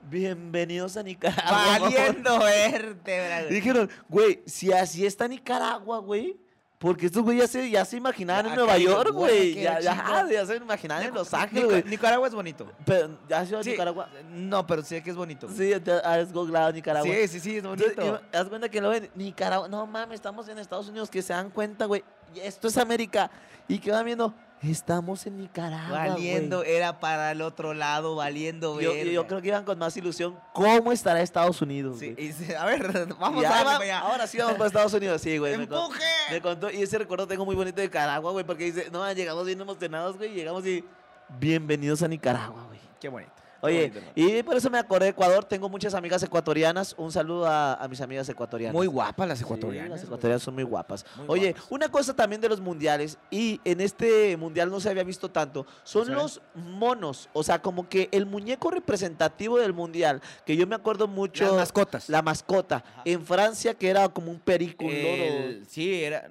bienvenidos a Nicaragua.
Valiendo vértebra, güey.
Dijeron, güey, si así está Nicaragua, güey. Porque estos güey ya se, ya se imaginaban
Ya
en Nueva
cayó,
York,
güey,
güey.
qué
Ya, ya,
chingón.
ya se imaginaban en
Nico-
Los Ángeles,
Nico-
güey.
Nicaragua es bonito.
Pero ya has ido a
Sí,
Nicaragua.
No, pero sí que es bonito. güey.
Sí, te has googlado Nicaragua.
Sí, sí, sí, es bonito.
Entonces, ima- haz cuenta que lo ven, Nicaragua, no mames, estamos en Estados Unidos, que se dan cuenta, güey, y esto es América. Y que van viendo, estamos en Nicaragua.
Valiendo,
Ah, güey.
era para el otro lado, valiendo,
Yo,
güey.
yo- yo creo que iban con más ilusión, ¿cómo estará Estados Unidos?
Sí,
güey?
y sí, a ver, vamos
Y
a
ahora-
allá.
Ahora sí vamos para Estados Unidos, sí, güey. me con-
¡Empuje!
Me contó, y ese recuerdo tengo muy bonito de Nicaragua, güey, porque dice, no, llegamos bien emocionados, güey, llegamos y bienvenidos a Nicaragua, güey.
Qué bonito.
Oye,
bonito, hermano.
y por eso me acordé de Ecuador, tengo muchas amigas ecuatorianas, un saludo a, a mis amigas ecuatorianas.
Muy guapas las
Sí,
ecuatorianas.
las
güey.
ecuatorianas son muy guapas.
Muy
Oye,
guapas.
una cosa también de los mundiales, y en este mundial no se había visto tanto, son
¿Saben?
los monos, o sea, como que el muñeco representativo del mundial, que yo me acuerdo mucho...
Las mascotas.
La mascota.
Ajá.
En Francia, que era como un perico, un loro.
El- sí, era,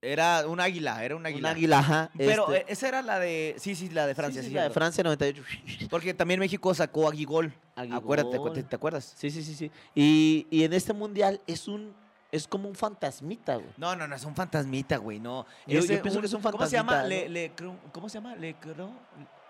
era un águila, era un
Un
águila.
águila, ajá.
Pero
este,
eh, esa era la de. Sí, sí, la de Francia.
sí,
Sí,
sí, la de
cierto.
Francia 98.
Porque también México sacó a Gigol.
Aguigol.
Acuérdate, ¿te, te acuerdas?
Sí, sí, sí, sí. Y, y en este mundial es un es como un fantasmita, güey.
No, no, no, es un fantasmita, güey, no.
Yo- yo
Ese
pienso que es un
¿Cómo se llama?
fantasmita, ¿no?
Le, le cru- ¿Cómo se llama? Le creo.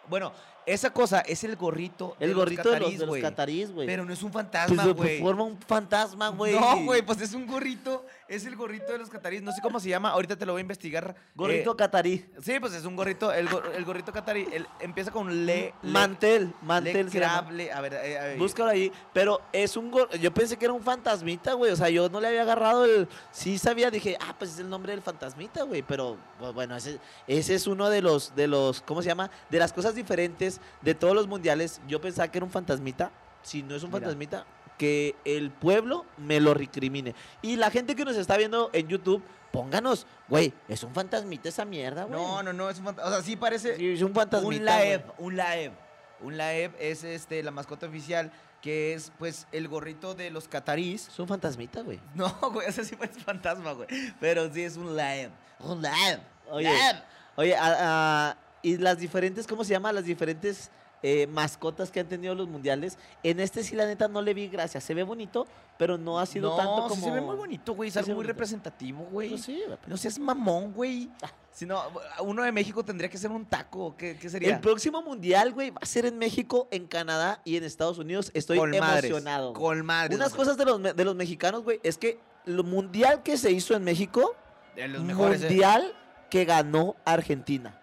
Bueno, esa cosa es el gorrito.
El
de
gorrito de los-
catarís,
de los
güey.
catarís, güey.
Pero no es un
Pues,
fantasma,
pues,
güey.
forma un fantasma, güey.
No, güey, pues es un gorrito. Es el gorrito de los catarís. No sé cómo se llama. Ahorita te lo voy a investigar.
Gorrito
Eh,
catarí.
sí, pues es un gorrito. El, go- el gorrito catarí. el- empieza con le. le-
Eh, mantel, mantel.
le
se llama.
crab, le- a ver, eh, a ver.
Búscalo ahí. Pero es un gor- Yo pensé que era un fantasmita, güey. O sea, yo no le había agarrado el. Sí sabía, dije, ah, pues es el nombre del fantasmita, güey. Pero pues, bueno, ese, ese es uno de los, de los, ¿cómo se llama? De las cosas diferentes de todos los mundiales. Yo pensaba que era un fantasmita. Si no es un
Mira.
fantasmita, que el pueblo me lo recrimine. Y la gente que nos está viendo en YouTube, pónganos, güey, es un fantasmita esa mierda, güey.
No, no, no, es un fantasma. O sea, sí parece.
Sí, es un fantasmita.
un
güey.
laeb, un laeb. Un laeb es este, la mascota oficial, que es pues el gorrito de los catarís.
Es un fantasmita, güey.
No, güey, ese sí parece fantasma, güey. Pero sí es un laeb. Un laeb.
Oye,
laeb.
Oye, a- a- y las diferentes, ¿cómo se llama? Las diferentes eh, mascotas que han tenido los mundiales. En este sí, la neta, no le vi gracia. Se ve bonito, pero no ha sido
no,
tanto como...
sí se ve muy bonito, güey. Es
Sí se
algo
ve
muy
bonito.
representativo, güey.
Pues sí, güey.
No seas mamón, güey.
Ah.
Si no, uno de México tendría que ser un taco. ¿Qué, qué sería?
El próximo mundial, güey, va a ser en México, en Canadá y en Estados Unidos. Estoy
madres,
emocionado. güey.
Con madres.
Unas
güey.
cosas de los, me- de los mexicanos, güey, es que lo mundial que se hizo en México,
De los mejores. eh.
mundial que ganó Argentina.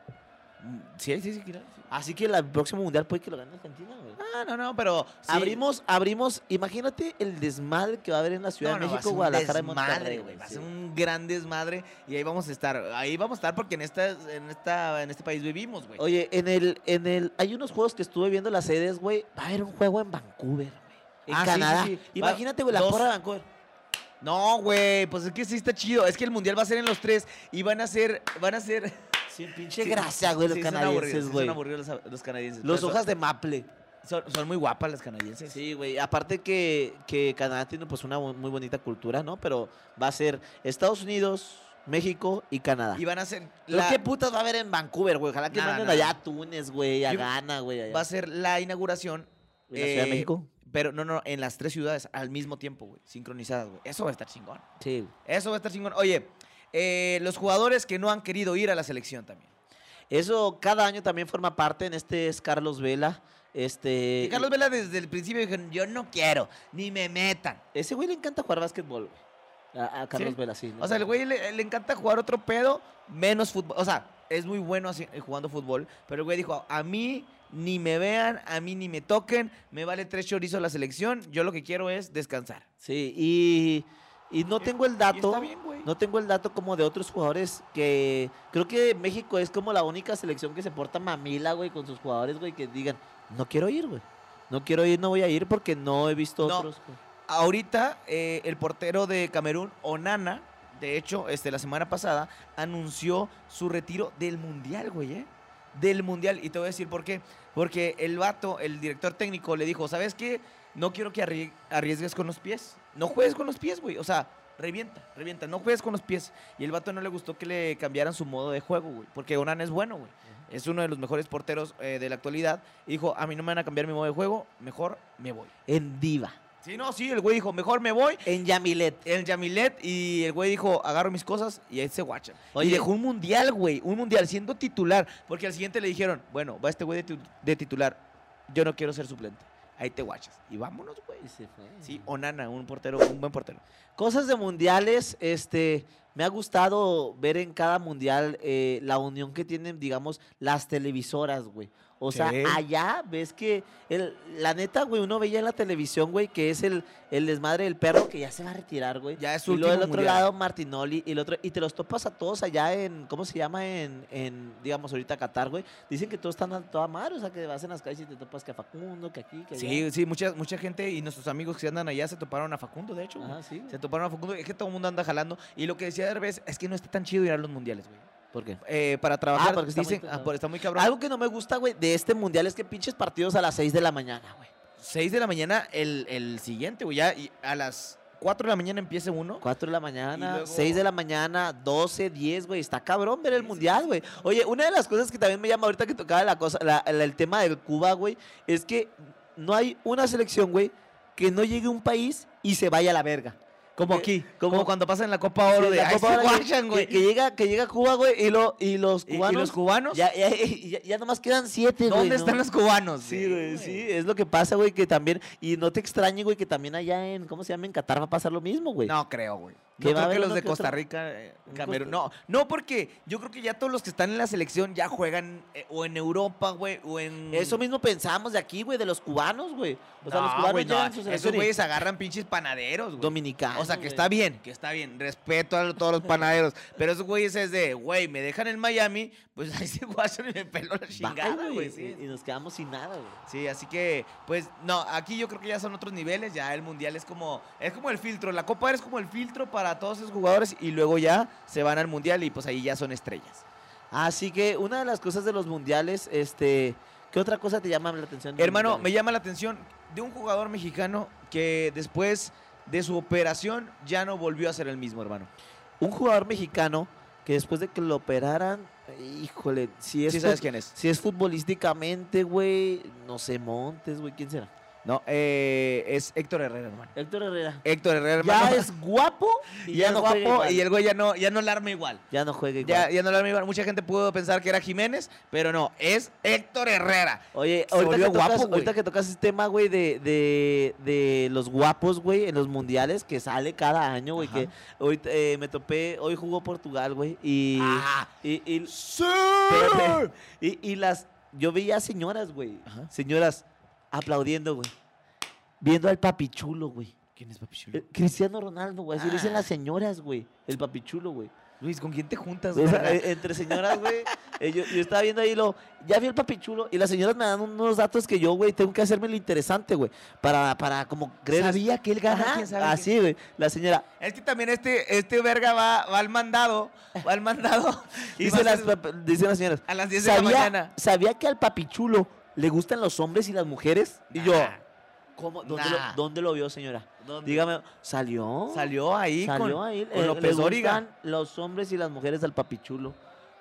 Mm, Sí, sí, sí. claro, sí.
Así que el próximo mundial puede que lo gane Argentina, güey.
Ah, no, no, pero. sí.
Abrimos, abrimos, imagínate el desmadre que va a haber en la Ciudad
No,
de
no, va a
México,
ser un
Guadalajara y
desmadre,
Monterrey.
güey. Va a
sí.
ser un gran desmadre y ahí vamos a estar. Ahí vamos a estar porque en esta, en esta, en este país vivimos, güey.
Oye, en el, en el, hay unos juegos que estuve viendo las sedes, güey. Va a haber un juego en Vancouver, güey. En
Ah, sí,
Canadá.
sí, sí. Va-
Imagínate, güey, la
dos-
porra de Vancouver.
No, güey, pues es que sí está chido. Es que el mundial va a ser en los tres y van a ser, van a ser.
Sí, pinche
Sí,
gracia, güey, los
sí, son aburridos,
canadienses,
sí,
güey.
Son aburridos los, los canadienses.
los
pero
hojas de maple.
son, son, son muy guapas las canadienses.
Sí, güey. Aparte que, que Canadá tiene pues una bu- muy bonita cultura, ¿no? Pero va a ser Estados Unidos, México y Canadá.
Y van a ser.
¿Pero
la-
¿Qué putas va a haber en Vancouver, güey? Ojalá que
Nada,
manden
nada.
allá a Túnez, güey, a
Yo-
Ghana, güey. allá.
va a ser la inauguración.
¿En la Ciudad de
eh,
México?
Pero no, no, en las tres ciudades al mismo tiempo, güey. Sincronizadas, güey. Eso va a estar chingón.
Sí.
Eso va a estar chingón. Oye, eh, los jugadores que no han querido ir a la selección también.
Eso cada año también forma parte. En este es Carlos Vela. Este,
Que Carlos Vela desde el principio dijo, yo no quiero, ni me metan.
Ese güey le encanta jugar básquetbol, güey. A, a Carlos
¿Sí?
Vela, sí. le
O sea, el
encanta.
güey le, le encanta jugar otro pedo, menos fútbol. O sea, es muy bueno así, eh, jugando fútbol, pero el güey dijo, a mí ni me vean, a mí ni me toquen, me vale tres chorizos la selección, yo lo que quiero es descansar.
Sí, y, y no tengo el
Y
dato.
está bien, güey.
No tengo el dato como de otros jugadores que creo que México es como la única selección que se porta mamila, güey, con sus jugadores, güey, que digan, no quiero ir, güey. No quiero ir, no voy a ir porque no he visto
No.
otros. güey".
Ahorita eh, el portero de Camerún, Onana, de hecho, este, la semana pasada, anunció su retiro del Mundial, güey, ¿eh? Del Mundial. Y te voy a decir por qué. Porque el vato, el director técnico, le dijo, ¿sabes qué? No quiero que arrie- arriesgues con los pies. No juegues con los pies, güey. O sea, revienta, revienta. No juegues con los pies. Y el vato no le gustó que le cambiaran su modo de juego, güey. Porque Onana es bueno, güey. Es uno de los mejores porteros eh, de la actualidad. Y dijo, a mí no me van a cambiar mi modo de juego. Mejor me voy.
En Diva,
Sí, no, sí, el güey dijo, mejor me voy.
en Yamilet.
El Yamilet y el güey dijo, agarro mis cosas y ahí se guacha.
Oye.
Y dejó un mundial, güey, un mundial siendo titular. Porque al siguiente le dijeron, bueno, va este güey de, tu- de titular, yo no quiero ser suplente. Ahí te guachas. Y vámonos, güey.
Y se fue.
Sí, Onana, un portero, un buen portero.
Cosas de mundiales, este, me ha gustado ver en cada mundial eh, la unión que tienen, digamos, las televisoras, güey. O sea,
Sí.
allá ves que, el, la neta, güey, uno veía en la televisión, güey, que es el, el desmadre del perro que ya se va a retirar, güey.
Ya es su
Y luego del
último
otro
mundial.
lado, Martinoli, y el otro, y te los topas a todos allá en, ¿cómo se llama? En, en digamos, ahorita Qatar, güey. Dicen que todos están a toda madre, o sea, que vas en las calles y te topas que a Facundo, que aquí, que allá.
Sí, sí, mucha, mucha gente y nuestros amigos que andan allá se toparon a Facundo, de hecho. güey.
Ajá, sí. güey.
Se toparon a Facundo. Es que todo el mundo anda jalando. Y lo que decía Derbez es que no está tan chido ir a los mundiales, güey.
¿Por qué?
Eh, para trabajar,
Ah, porque está muy
dicen,
pesado.
ah, por- está muy cabrón.
Algo que no me gusta, güey, de este mundial es que pinches partidos a las 6 de la mañana, güey.
6 de la mañana el, el siguiente, güey. Ya y a las 4 de la mañana empiece uno.
4 de la mañana,
Y luego-
6 de la mañana, 12, 10, güey. Está cabrón ver el mundial, güey. Oye, una de las cosas que también me llama ahorita que tocaba la cosa, la- la- el tema del Cuba, güey, es que no hay una selección, güey, que no llegue a un país y se vaya a la verga.
Como
Que-
aquí.
como-
Como, cuando pasan la Copa Oro
Sí,
de
la
"Ay,
Copa
se
Oro que-
guachan,
que,
güey.
que llega, que llega Cuba, güey, y, lo, y los
Y-
cubanos.
¿Y los cubanos?
Ya, ya- ya- ya nomás quedan 7, güey.
¿Dónde
no
están los cubanos?
Sí, güey, sí, es lo que pasa, güey, que también, y no te extrañe, güey, que también allá en, ¿cómo se llama? En Qatar va a pasar lo mismo, güey.
No creo, güey.
Que
Yo
va a
creo
haber
que los
uno
de
que otro.
Costa Rica, eh,
Un
Camerún.
costa-
No, no, porque yo creo que ya todos los que están en la selección ya juegan eh, o en Europa, güey, o en.
Eso mismo pensamos de aquí, güey, de los cubanos, güey. O sea,
No,
los cubanos
güey, no.
llegan a su
Esos
selección y-
güeyes agarran pinches panaderos, Ah, güey.
dominicanos.
O sea, que
güey.
está bien, que está bien. Respeto a todos los panaderos. pero esos güeyes es de, güey, me dejan en Miami, pues ahí se guasan y me peló la
Bye,
chingada,
güey,
güey.
y- Y
Sí.
nos quedamos sin nada, güey.
Sí, así que, pues, no, aquí yo creo que ya son otros niveles. Ya el mundial es como, es como el filtro. La Copa Oro es como el filtro para todos esos jugadores y luego ya se van al mundial y pues ahí ya son estrellas.
Así que una de las cosas de los mundiales, este, ¿qué otra cosa te llama la atención? de los
Hermano, me
mundiales?
llama la atención de un jugador mexicano que después de su operación ya no volvió a ser el mismo, hermano.
un jugador mexicano que después de que lo operaran, híjole, si es,
¿Sí
fut-
sabes quién es?
si es futbolísticamente, güey, no sé, Montes, güey, ¿quién será?
No, eh, es Héctor Herrera, hermano.
Héctor Herrera.
Héctor Herrera,
Ya
hermano.
es guapo y
ya no
juega
guapo
igual.
y el güey ya no, ya no la arma igual.
ya no juega igual.
Ya, ya no la arma igual. Mucha gente pudo pensar que era Jiménez, pero no, es Héctor Herrera.
Oye,
se
ahorita
volvió
que,
guapo,
tocas,
güey.
ahorita que tocas ese tema, güey, de, de, de los guapos, güey, en los mundiales que sale cada año, güey,
Ajá.
que ahorita, eh, me topé, hoy jugó Portugal, güey, y,
Ajá.
y, y,
¡Sí!
Espérate. y- y las, yo veía señoras, güey,
Ajá.
señoras aplaudiendo, güey, viendo al papichulo, güey,
¿Quién es Papi Chulo?
Eh, Cristiano Ronaldo, güey, así le dicen
Ah.
las señoras, güey, el papichulo, güey.
Luis, ¿con quién te juntas,
O sea,
verga?
eh, entre señoras, güey. eh, yo, yo estaba viendo ahí lo. Ya vi el papichulo y las señoras me dan unos datos que yo, güey, tengo que hacerme lo interesante, güey. Para, para como creer.
Sabía que él gana,
Ajá,
quién sabe qué.
Así, güey. La señora.
Es que también este, este verga va, va al mandado, va al mandado y
Dicen
va a
las,
ser-
pap- dicen las señoras.
a las 10 de la
¿sabía,
mañana.
¿Sabía que al papichulo le gustan los hombres y las mujeres? Y yo.
Nah.
¿Cómo? ¿Dónde,
Nah.
lo, dónde lo vio, señora?
¿Dónde?
Dígame, ¿salió?
Salió ahí
Oh. Salió
con,
ahí.
con
eh, le
López Dóriga.
gustan los hombres y las mujeres al papichulo.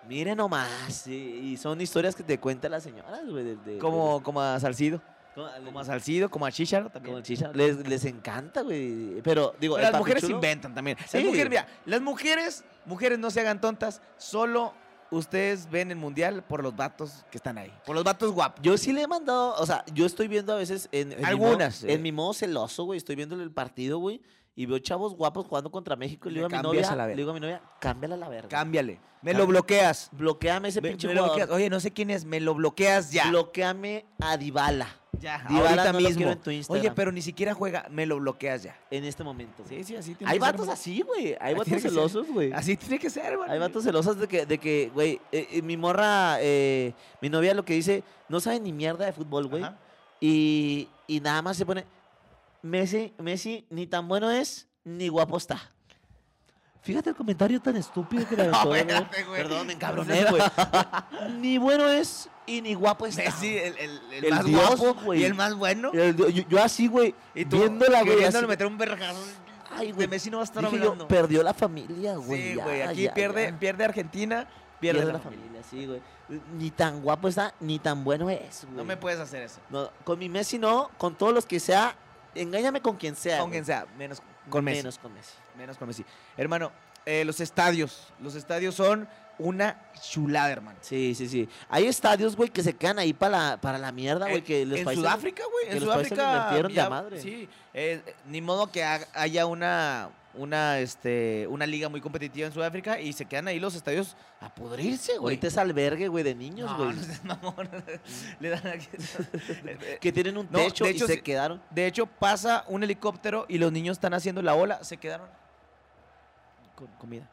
Miren nomás. Y, y son historias que te cuentan las señoras, güey. de- de- de-
Como, como a Salcido.
Como a-
Como a Salcido, como a Chicharo también.
como chicha. Les, les encanta, güey. Pero, digo,
Pero
el
las mujeres
papichulo-
inventan también. Las
Sí.
mujeres, mira, las mujeres, mujeres no se hagan tontas, solo ustedes ven el mundial por los vatos que están ahí, por los vatos guapos.
Yo sí le he mandado, o sea, yo estoy viendo a veces en, en mi modo-
Algunas, eh.
en mi modo celoso, güey, estoy viendo el partido, güey, y veo chavos guapos jugando contra México. y Le
Le
digo a mi
cambias
novia,
a la
le
verga.
digo a mi novia, cámbiala a la verga.
Cámbiale, me
Cam-
lo bloqueas.
Bloqueame ese
Me-
pinche
me lo
jugador.
bloqueas. Oye, no sé quién es, me lo bloqueas ya.
Bloqueame a Dybala
ya,
Dybala
ahorita
no lo
mismo.
quiero en tu Instagram.
Oye, pero ni siquiera juega, me lo bloqueas ya.
en este momento. güey.
Sí, sí, así tiene
Hay
que ser,
vatos
hermano.
así, güey.
Así
Hay vatos
Ah, tiene que ser.
celosos, güey.
Así tiene que ser, güey.
Hay vatos celosos de que, de que, güey, eh, eh, mi morra, eh, mi novia lo que dice, no sabe ni mierda de fútbol, güey.
Ajá.
Y, y nada más se pone, Messi, Messi ni tan bueno es, ni guapo está. Fíjate el comentario tan estúpido que le aventó. güey.
espérate, güey.
Perdón, me encabroné, güey. ni bueno es y ni guapo está.
Messi, el, el- el
El
más
dios,
guapo
güey.
y el más bueno.
El- Yo, yo así, güey,
Y tú
viéndola, güey.
queriéndole
así-
meter un vergazo.
Ay,
De
güey.
Messi no va a estar
dije yo,
hablando.
perdió la familia, güey.
sí,
ya,
güey, aquí
ya,
pierde,
ya.
pierde Argentina, pierde,
Pierde
la
la
familia.
familia, sí, güey. Ni tan guapo está, ni tan bueno es, güey.
No me puedes hacer eso.
No, con mi Messi no, con todos los que sea, engáñame con quien sea.
Con
güey.
quien sea, menos con Messi. Menos,
Menos con Messi.
con Messi. Hermano, eh, los estadios. Los estadios son una chulada, hermano.
Sí, sí, sí. Hay estadios, güey, que se quedan ahí para la, para la mierda, Ah, güey.
En-
Que los
en
países-
Sudáfrica, güey.
que
En
los países
Sudáfrica.
le metieron de
ya-
a madre.
Sí. eh, eh, ni modo que ha- haya una, una, este, una liga muy competitiva en Sudáfrica y se quedan ahí los estadios a pudrirse, güey.
Ahorita es albergue, güey, de niños,
No,
güey.
no seas mamón. Le dan aquí.
Que tienen un
No, de
techo
hecho,
y se
sí.
quedaron.
De hecho, pasa un helicóptero y los niños están haciendo la ola. Se quedaron con comida.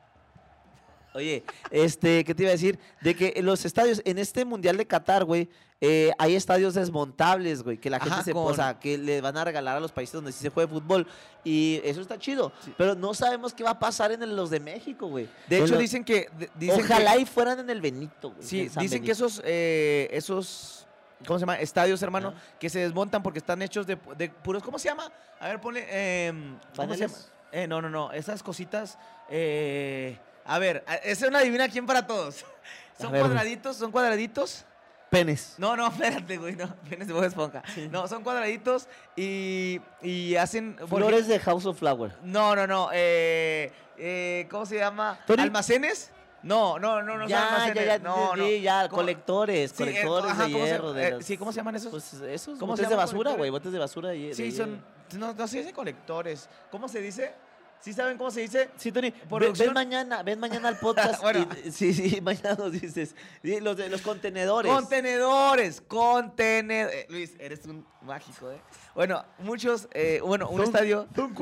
Oye, este, ¿qué te iba a decir? De que en los estadios, en este Mundial de Qatar, güey, eh, hay estadios desmontables, güey, que la gente
Ajá,
se
con-
posa, que le van a regalar a los países donde sí se juega fútbol. Y eso está chido.
Sí.
Pero no sabemos qué va a pasar en el- los de México, güey.
De
En
hecho,
los-
dicen que. de- Dicen que-
Ojalá y fueran en el Benito, güey.
Sí,
en San
dicen que
Benito.
esos, eh, esos, ¿cómo se llama? Estadios, hermano, que se desmontan porque están hechos de, de puros, ¿cómo se llama? A ver, ponle, em, ¿cómo se llama?
¿Paneles?
Eh, no, no, no, esas cositas, eh, a ver, a- es una divina quién para todos.
A
Son
ver, güey.
cuadraditos, son cuadraditos.
Penes.
No, no, espérate, güey, no, vienes de Bob Esponja. No, son cuadraditos y, y hacen... por
Flores de House of Flower.
ej- No, no, no, eh, eh, ¿cómo se llama?
Tony.
¿Almacenes? No, no, no, no son
ya, ya,
almacenes.
ya,
no, no.
sí, ya,
¿Cómo?
colectores,
Sí, eh,
colectores
ajá,
de
¿cómo se-
hierro. de
eh,
las-
sí, ¿cómo se llaman esos?
Pues esos
¿Cómo se
botes de
llaman
basura,
colectores?
güey, botes de basura. de- de
Sí,
hierro.
son. No, no se dice colectores. ¿Cómo se dice? ¿Sí saben cómo se dice?
Sí, Tony,
Por
ve- ven
producción.
mañana, ven mañana al podcast.
Bueno.
y- sí, sí, mañana nos dices. Sí, Los, de, los contenedores.
Contenedores. Contenedores. Luis, eres un mágico, ¿eh? Bueno, muchos. eh, bueno, un
Son-
estadio.
Son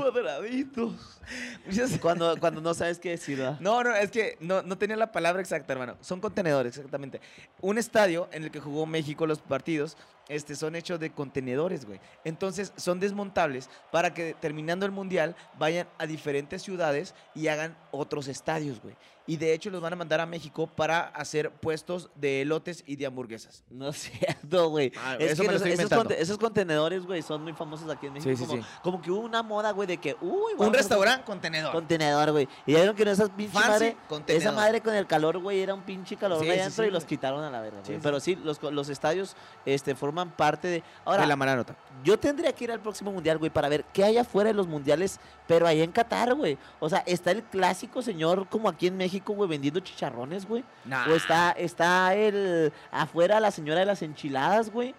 cuadraditos.
muchos-
Cuando, cuando no sabes qué decir, ¿verdad?
No, no, es que no, no tenía la palabra exacta, hermano. Son contenedores, exactamente. Un estadio en el que jugó México los partidos este, son hechos de contenedores, güey. Entonces son desmontables para que terminando el mundial vayan a diferentes ciudades y hagan otros estadios, güey. Y de hecho los van a mandar a México para hacer puestos de elotes y de hamburguesas.
No es cierto, güey.
Ah,
Es
eso
que
me lo
los-
estoy
esos,
inventando.
conte- esos contenedores, güey, son muy famosos aquí en México.
sí,
como,
sí.
como que hubo una moda, güey, de que, uy, vamos a
Un
hacer
restaurante contenedor.
Contenedor, güey. Y ya vieron que no esas pinche
Fancy
madre.
contenedor.
Esa madre con el calor, güey, era un pinche calor
Sí,
ahí
sí,
adentro
sí,
y los
güey.
quitaron a la verga,
Sí,
güey.
sí.
Pero sí, los, co- los estadios este, forman parte de. Ahora,
de la mala nota.
yo tendría que ir al próximo mundial, güey, para ver qué hay afuera de los mundiales, pero ahí en Qatar, güey. O sea, está el clásico señor como aquí en México, güey, vendiendo chicharrones, güey.
Nah,
O está, está el afuera la señora de las enchiladas, güey.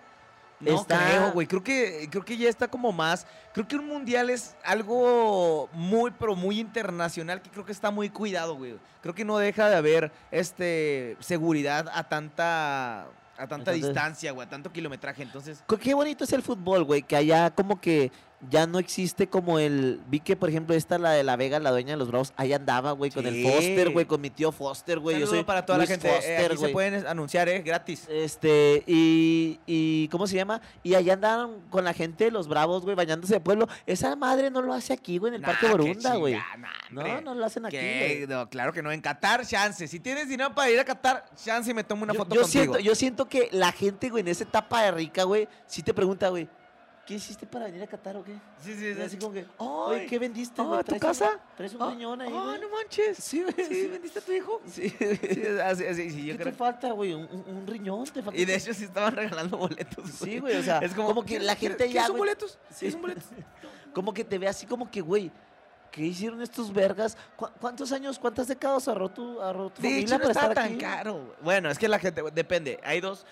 no
está-
creo, güey. Creo que, creo que ya está como más. Creo que un mundial es algo muy, pero muy internacional que creo que está muy cuidado, güey. Creo que no deja de haber este seguridad a tanta. A tanta
Entonces-
distancia, güey, a tanto kilometraje. Entonces,
Co- Qué bonito es el fútbol, güey, que allá como que ya no existe como el... Vi que, por ejemplo, esta, la de La Vega, la dueña de los Bravos, ahí andaba, güey, con el
Sí.
Foster, güey, con mi tío Foster, güey. Yo
saludo
soy
para toda
Luis
la gente. eh,
Foster,
aquí
güey.
se pueden anunciar, ¿eh? Gratis.
Este, y, y, ¿cómo se llama? Y allá andaban con la gente de los Bravos, güey, bañándose de pueblo. Esa madre no lo hace aquí, güey, en el Parque
Nah, qué
Borunda, güey.
chingada, nah,
No,
hombre.
no lo hacen aquí,
Que-
güey.
no, claro que no. En Qatar, chance. Si tienes dinero para ir a Qatar, chance y me tomo una
yo,
foto
yo
contigo.
siento, yo siento que la gente, güey, en esa etapa de rica, güey, sí te pregunta, güey, ¿qué hiciste para venir a Qatar o qué?
Sí, sí,
Y
sí.
así como que,
Ay.
oye, ¿qué vendiste,
Ah,
güey?
¿tu
¿Traes
casa?
Un, traes un
Ah,
riñón ahí,
ah,
güey.
no manches.
Sí, güey,
¿Sí
sí.
vendiste a tu hijo?
Sí.
Sí, así, así, sí, yo
¿Qué
creo.
te falta, güey? ¿Un, un- un riñón te falta?
Y de hecho sí estaban regalando boletos.
Sí, güey, o sea,
Es como,
como, que la
¿quieres-
gente
¿quieres
ya,
un
güey,
boletos? Sí, es un boleto.
como que te ve así como que, güey, ¿qué hicieron estos vergas? ¿Cu- ¿Cuántos años, cuántas décadas ahorró tu, ahorró tu
De
familia
hecho, no
para
está
estar
tan
aquí?
caro. güey. Bueno, es que la gente, güey, depende. Hay dos,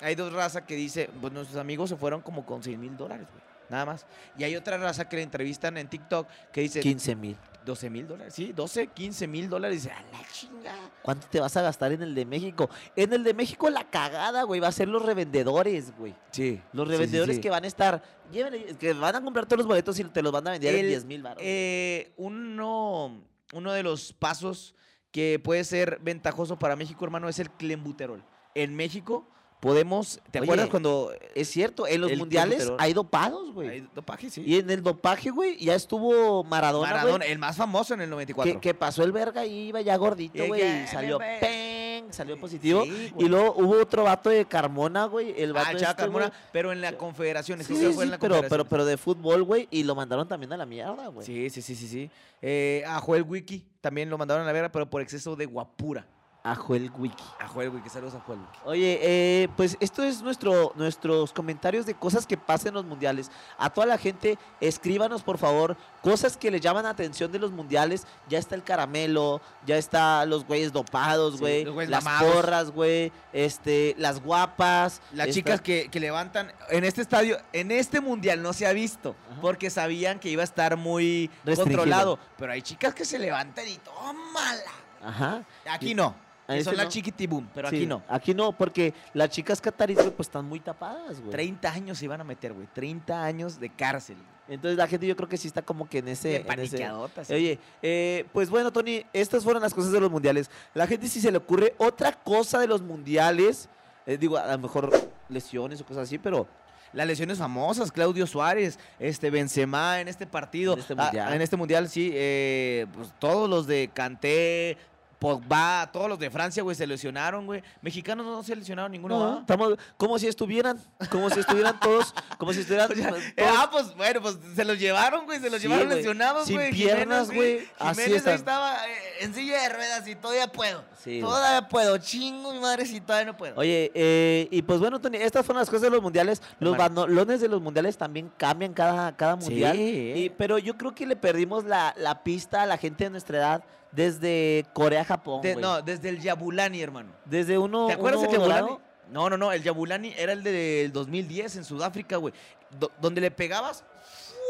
hay dos razas que dice, pues nuestros amigos se fueron como con 6 mil dólares, güey. Nada más. Y hay otra raza que le entrevistan en TikTok que dice
15 mil.
12 mil dólares. Sí, 12, 15 mil dólares. Y dice, a la chingada.
¿Cuánto te vas a gastar en el de México? En el de México la cagada, güey, va a ser los revendedores, güey.
Sí.
Los revendedores que van a estar, llévenle, que van a comprar todos los boletos y te los van a vender
El-
en 10 mil baros.
Eh, uno, uno de los pasos que puede ser ventajoso para México, hermano, es el clenbuterol. En México podemos. ¿Te
Oye,
acuerdas cuando
es cierto, en los
el
mundiales
clenbuterol.
hay dopados,
hay
güey.
dopaje? Sí.
Y en el dopaje, güey, ya estuvo Maradona, güey,
Maradona, el más famoso en el
que,
94.
que pasó el verga y iba ya
Y
gordito, güey,
que-
y salió
me-
¡peng! salió positivo.
Sí, güey.
y luego hubo otro vato de Carmona, güey, el vato
Ah,
este,
Chava Carmona,
güey.
pero en la confederación.
Sí, sí, pero, pero, pero de fútbol, güey, y lo mandaron también a la mierda, güey.
Sí, sí, sí, sí, sí. Eh, a Joel Wiki también lo mandaron a la verga, pero por exceso de guapura.
A Joel Wiki.
A Joel Wiki, saludos a Joel Wiki.
Oye, eh, pues esto es nuestro, nuestros comentarios de cosas que pasan en los mundiales. A toda la gente, escríbanos por favor cosas que le llaman atención de los mundiales. Ya está el caramelo, ya está los güeyes dopados,
Sí,
güey,
los güeyes
las
mamados.
porras, güey, este, las guapas.
Las
esta-
chicas que, que levantan en este estadio, en este mundial no se ha visto,
Ajá.
porque sabían que iba a estar muy
Restringido.
controlado. Pero hay chicas que se levantan y tómala.
Ajá.
Aquí
Sí.
no.
A
que son
ese
las
no.
chiquitibum, pero
Sí,
aquí no.
Aquí no, porque las chicas cataríes, güey, pues están muy tapadas, güey.
30 años se iban a meter, güey. 30 años de cárcel.
Entonces la gente yo creo que sí está como que en ese...
De
en ese-
paniqueadotas.
Oye, eh, pues bueno, Tony, estas fueron las cosas de los mundiales. La gente si se le ocurre otra cosa de los mundiales, eh, digo, a lo mejor lesiones o cosas así, pero
Las lesiones famosas, Claudio Suárez, este Benzema en este partido.
En este
ah,
mundial.
en este mundial, sí. eh, pues, todos los de Canté, Pogba, todos los de Francia, güey, se lesionaron, güey. Mexicanos no se lesionaron ninguno,
no,
¿va?
estamos como si estuvieran, como si estuvieran todos, como si estuvieran
O sea,
todos
eh, ah, pues bueno, pues se los llevaron, güey, se los
Sí,
llevaron
güey.
lesionados,
Sin
güey.
piernas,
sí.
güey,
Jiménez
así
ahí
están.
estaba eh, en silla de ruedas y todavía puedo.
Sí, güey.
todavía puedo, chingo mi madre si todavía no puedo.
Oye, eh, y pues bueno, Tony, estas fueron las cosas de los mundiales. Los
Hermano.
balones de los mundiales también cambian cada, cada mundial.
Sí.
Y- pero yo creo que le perdimos la, la pista a la gente de nuestra edad desde Corea-Japón.
De-
güey.
no, desde el Yabulani, hermano.
Desde uno.
¿Te acuerdas
uno
del Yabulani?
dorado.
No, no, no, el Yabulani era el del 2010 en Sudáfrica, güey. do- donde le pegabas,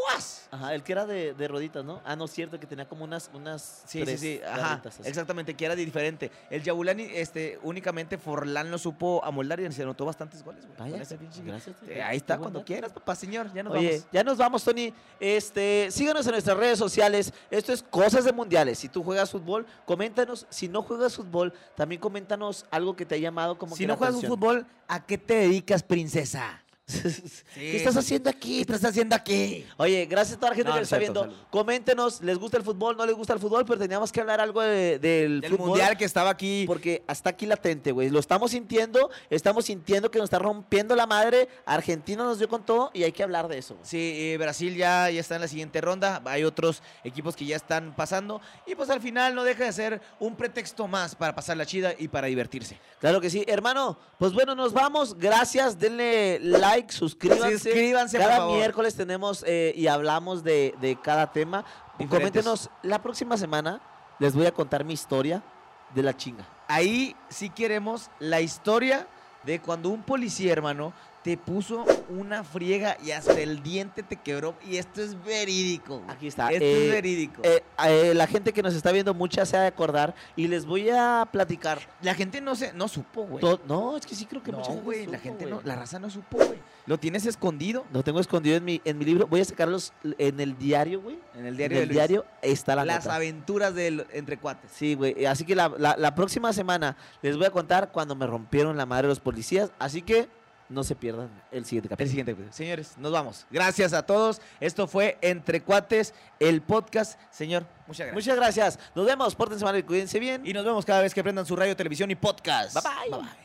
¡fuas!
Ajá, el que era de, de roditas, ¿no? Ah, no, cierto, que tenía como unas, unas
Sí, sí,
tres
sí, ajá,
garritas así.
exactamente, que era diferente. El Yabulani, este, únicamente Forlán lo supo amoldar y se anotó bastantes goles, güey. con
Vaya,
ese pinche-
gracias.
Eh, Ahí está, cuando
quieras.
quieras, papá, señor, ya nos
Oye,
vamos.
ya nos vamos, Tony. Este, síganos en nuestras redes sociales. Esto es Cosas de Mundiales. Si tú juegas fútbol, coméntanos. Si no juegas fútbol, también coméntanos algo que te ha llamado como
si
que
no
la
juegas
atención.
fútbol, ¿a qué te dedicas, princesa?
¿Qué estás haciendo
¿Qué
aquí?
estás haciendo aquí?
Oye, gracias a toda la gente
No,
que
no
nos
es
está
cierto,
viendo.
salud.
Coméntenos, ¿les gusta el fútbol? ¿No les gusta el fútbol? Pero teníamos que hablar algo de- del,
El
fútbol.
mundial que estaba aquí.
Porque hasta aquí latente, güey. Lo estamos sintiendo, estamos sintiendo que nos está rompiendo la madre. Argentina nos dio con todo y hay que hablar de eso. güey.
Sí, eh, Brasil ya, ya está en la siguiente ronda. Hay otros equipos que ya están pasando. Y pues al final no deja de ser un pretexto más para pasar la chida y para divertirse.
Claro que sí, hermano. Pues bueno, nos vamos. Gracias, denle like, suscríbanse.
Suscríbanse, por
cada
favor.
miércoles tenemos eh, y hablamos de, de cada tema.
Diferentes.
Coméntenos, la próxima semana les voy a contar mi historia de la chinga.
Ahí sí queremos la historia de cuando un policía, hermano, te puso una friega y hasta el diente te quebró. Y esto es verídico. güey.
Aquí está,
Esto
eh,
es verídico.
Eh, eh, la gente que nos está viendo mucha se ha de acordar y les voy a platicar.
la gente no se, no supo, güey.
To- No, es que sí creo que
No,
mucha gente
güey, la
supo,
gente
güey.
no, la raza no supo, güey. Lo tienes escondido
Lo tengo escondido en mi, en mi libro. Voy a sacarlos en el diario, güey.
en el
En
diario
el
de Luis.
diario está la
Las
nota.
aventuras del entre cuates.
Sí, güey. eh, Así que la, la- la próxima semana les voy a contar cuando me rompieron la madre los policías. Así que no se pierdan el siguiente
El
capítulo.
siguiente, pues. señores, nos vamos. Gracias a todos. Esto fue Entre Cuates, el podcast. Señor, muchas gracias.
Muchas gracias. Nos vemos. Pórtense mal y cuídense bien.
Y nos vemos cada vez que prendan su radio, televisión y podcast.
Bye, bye.
bye.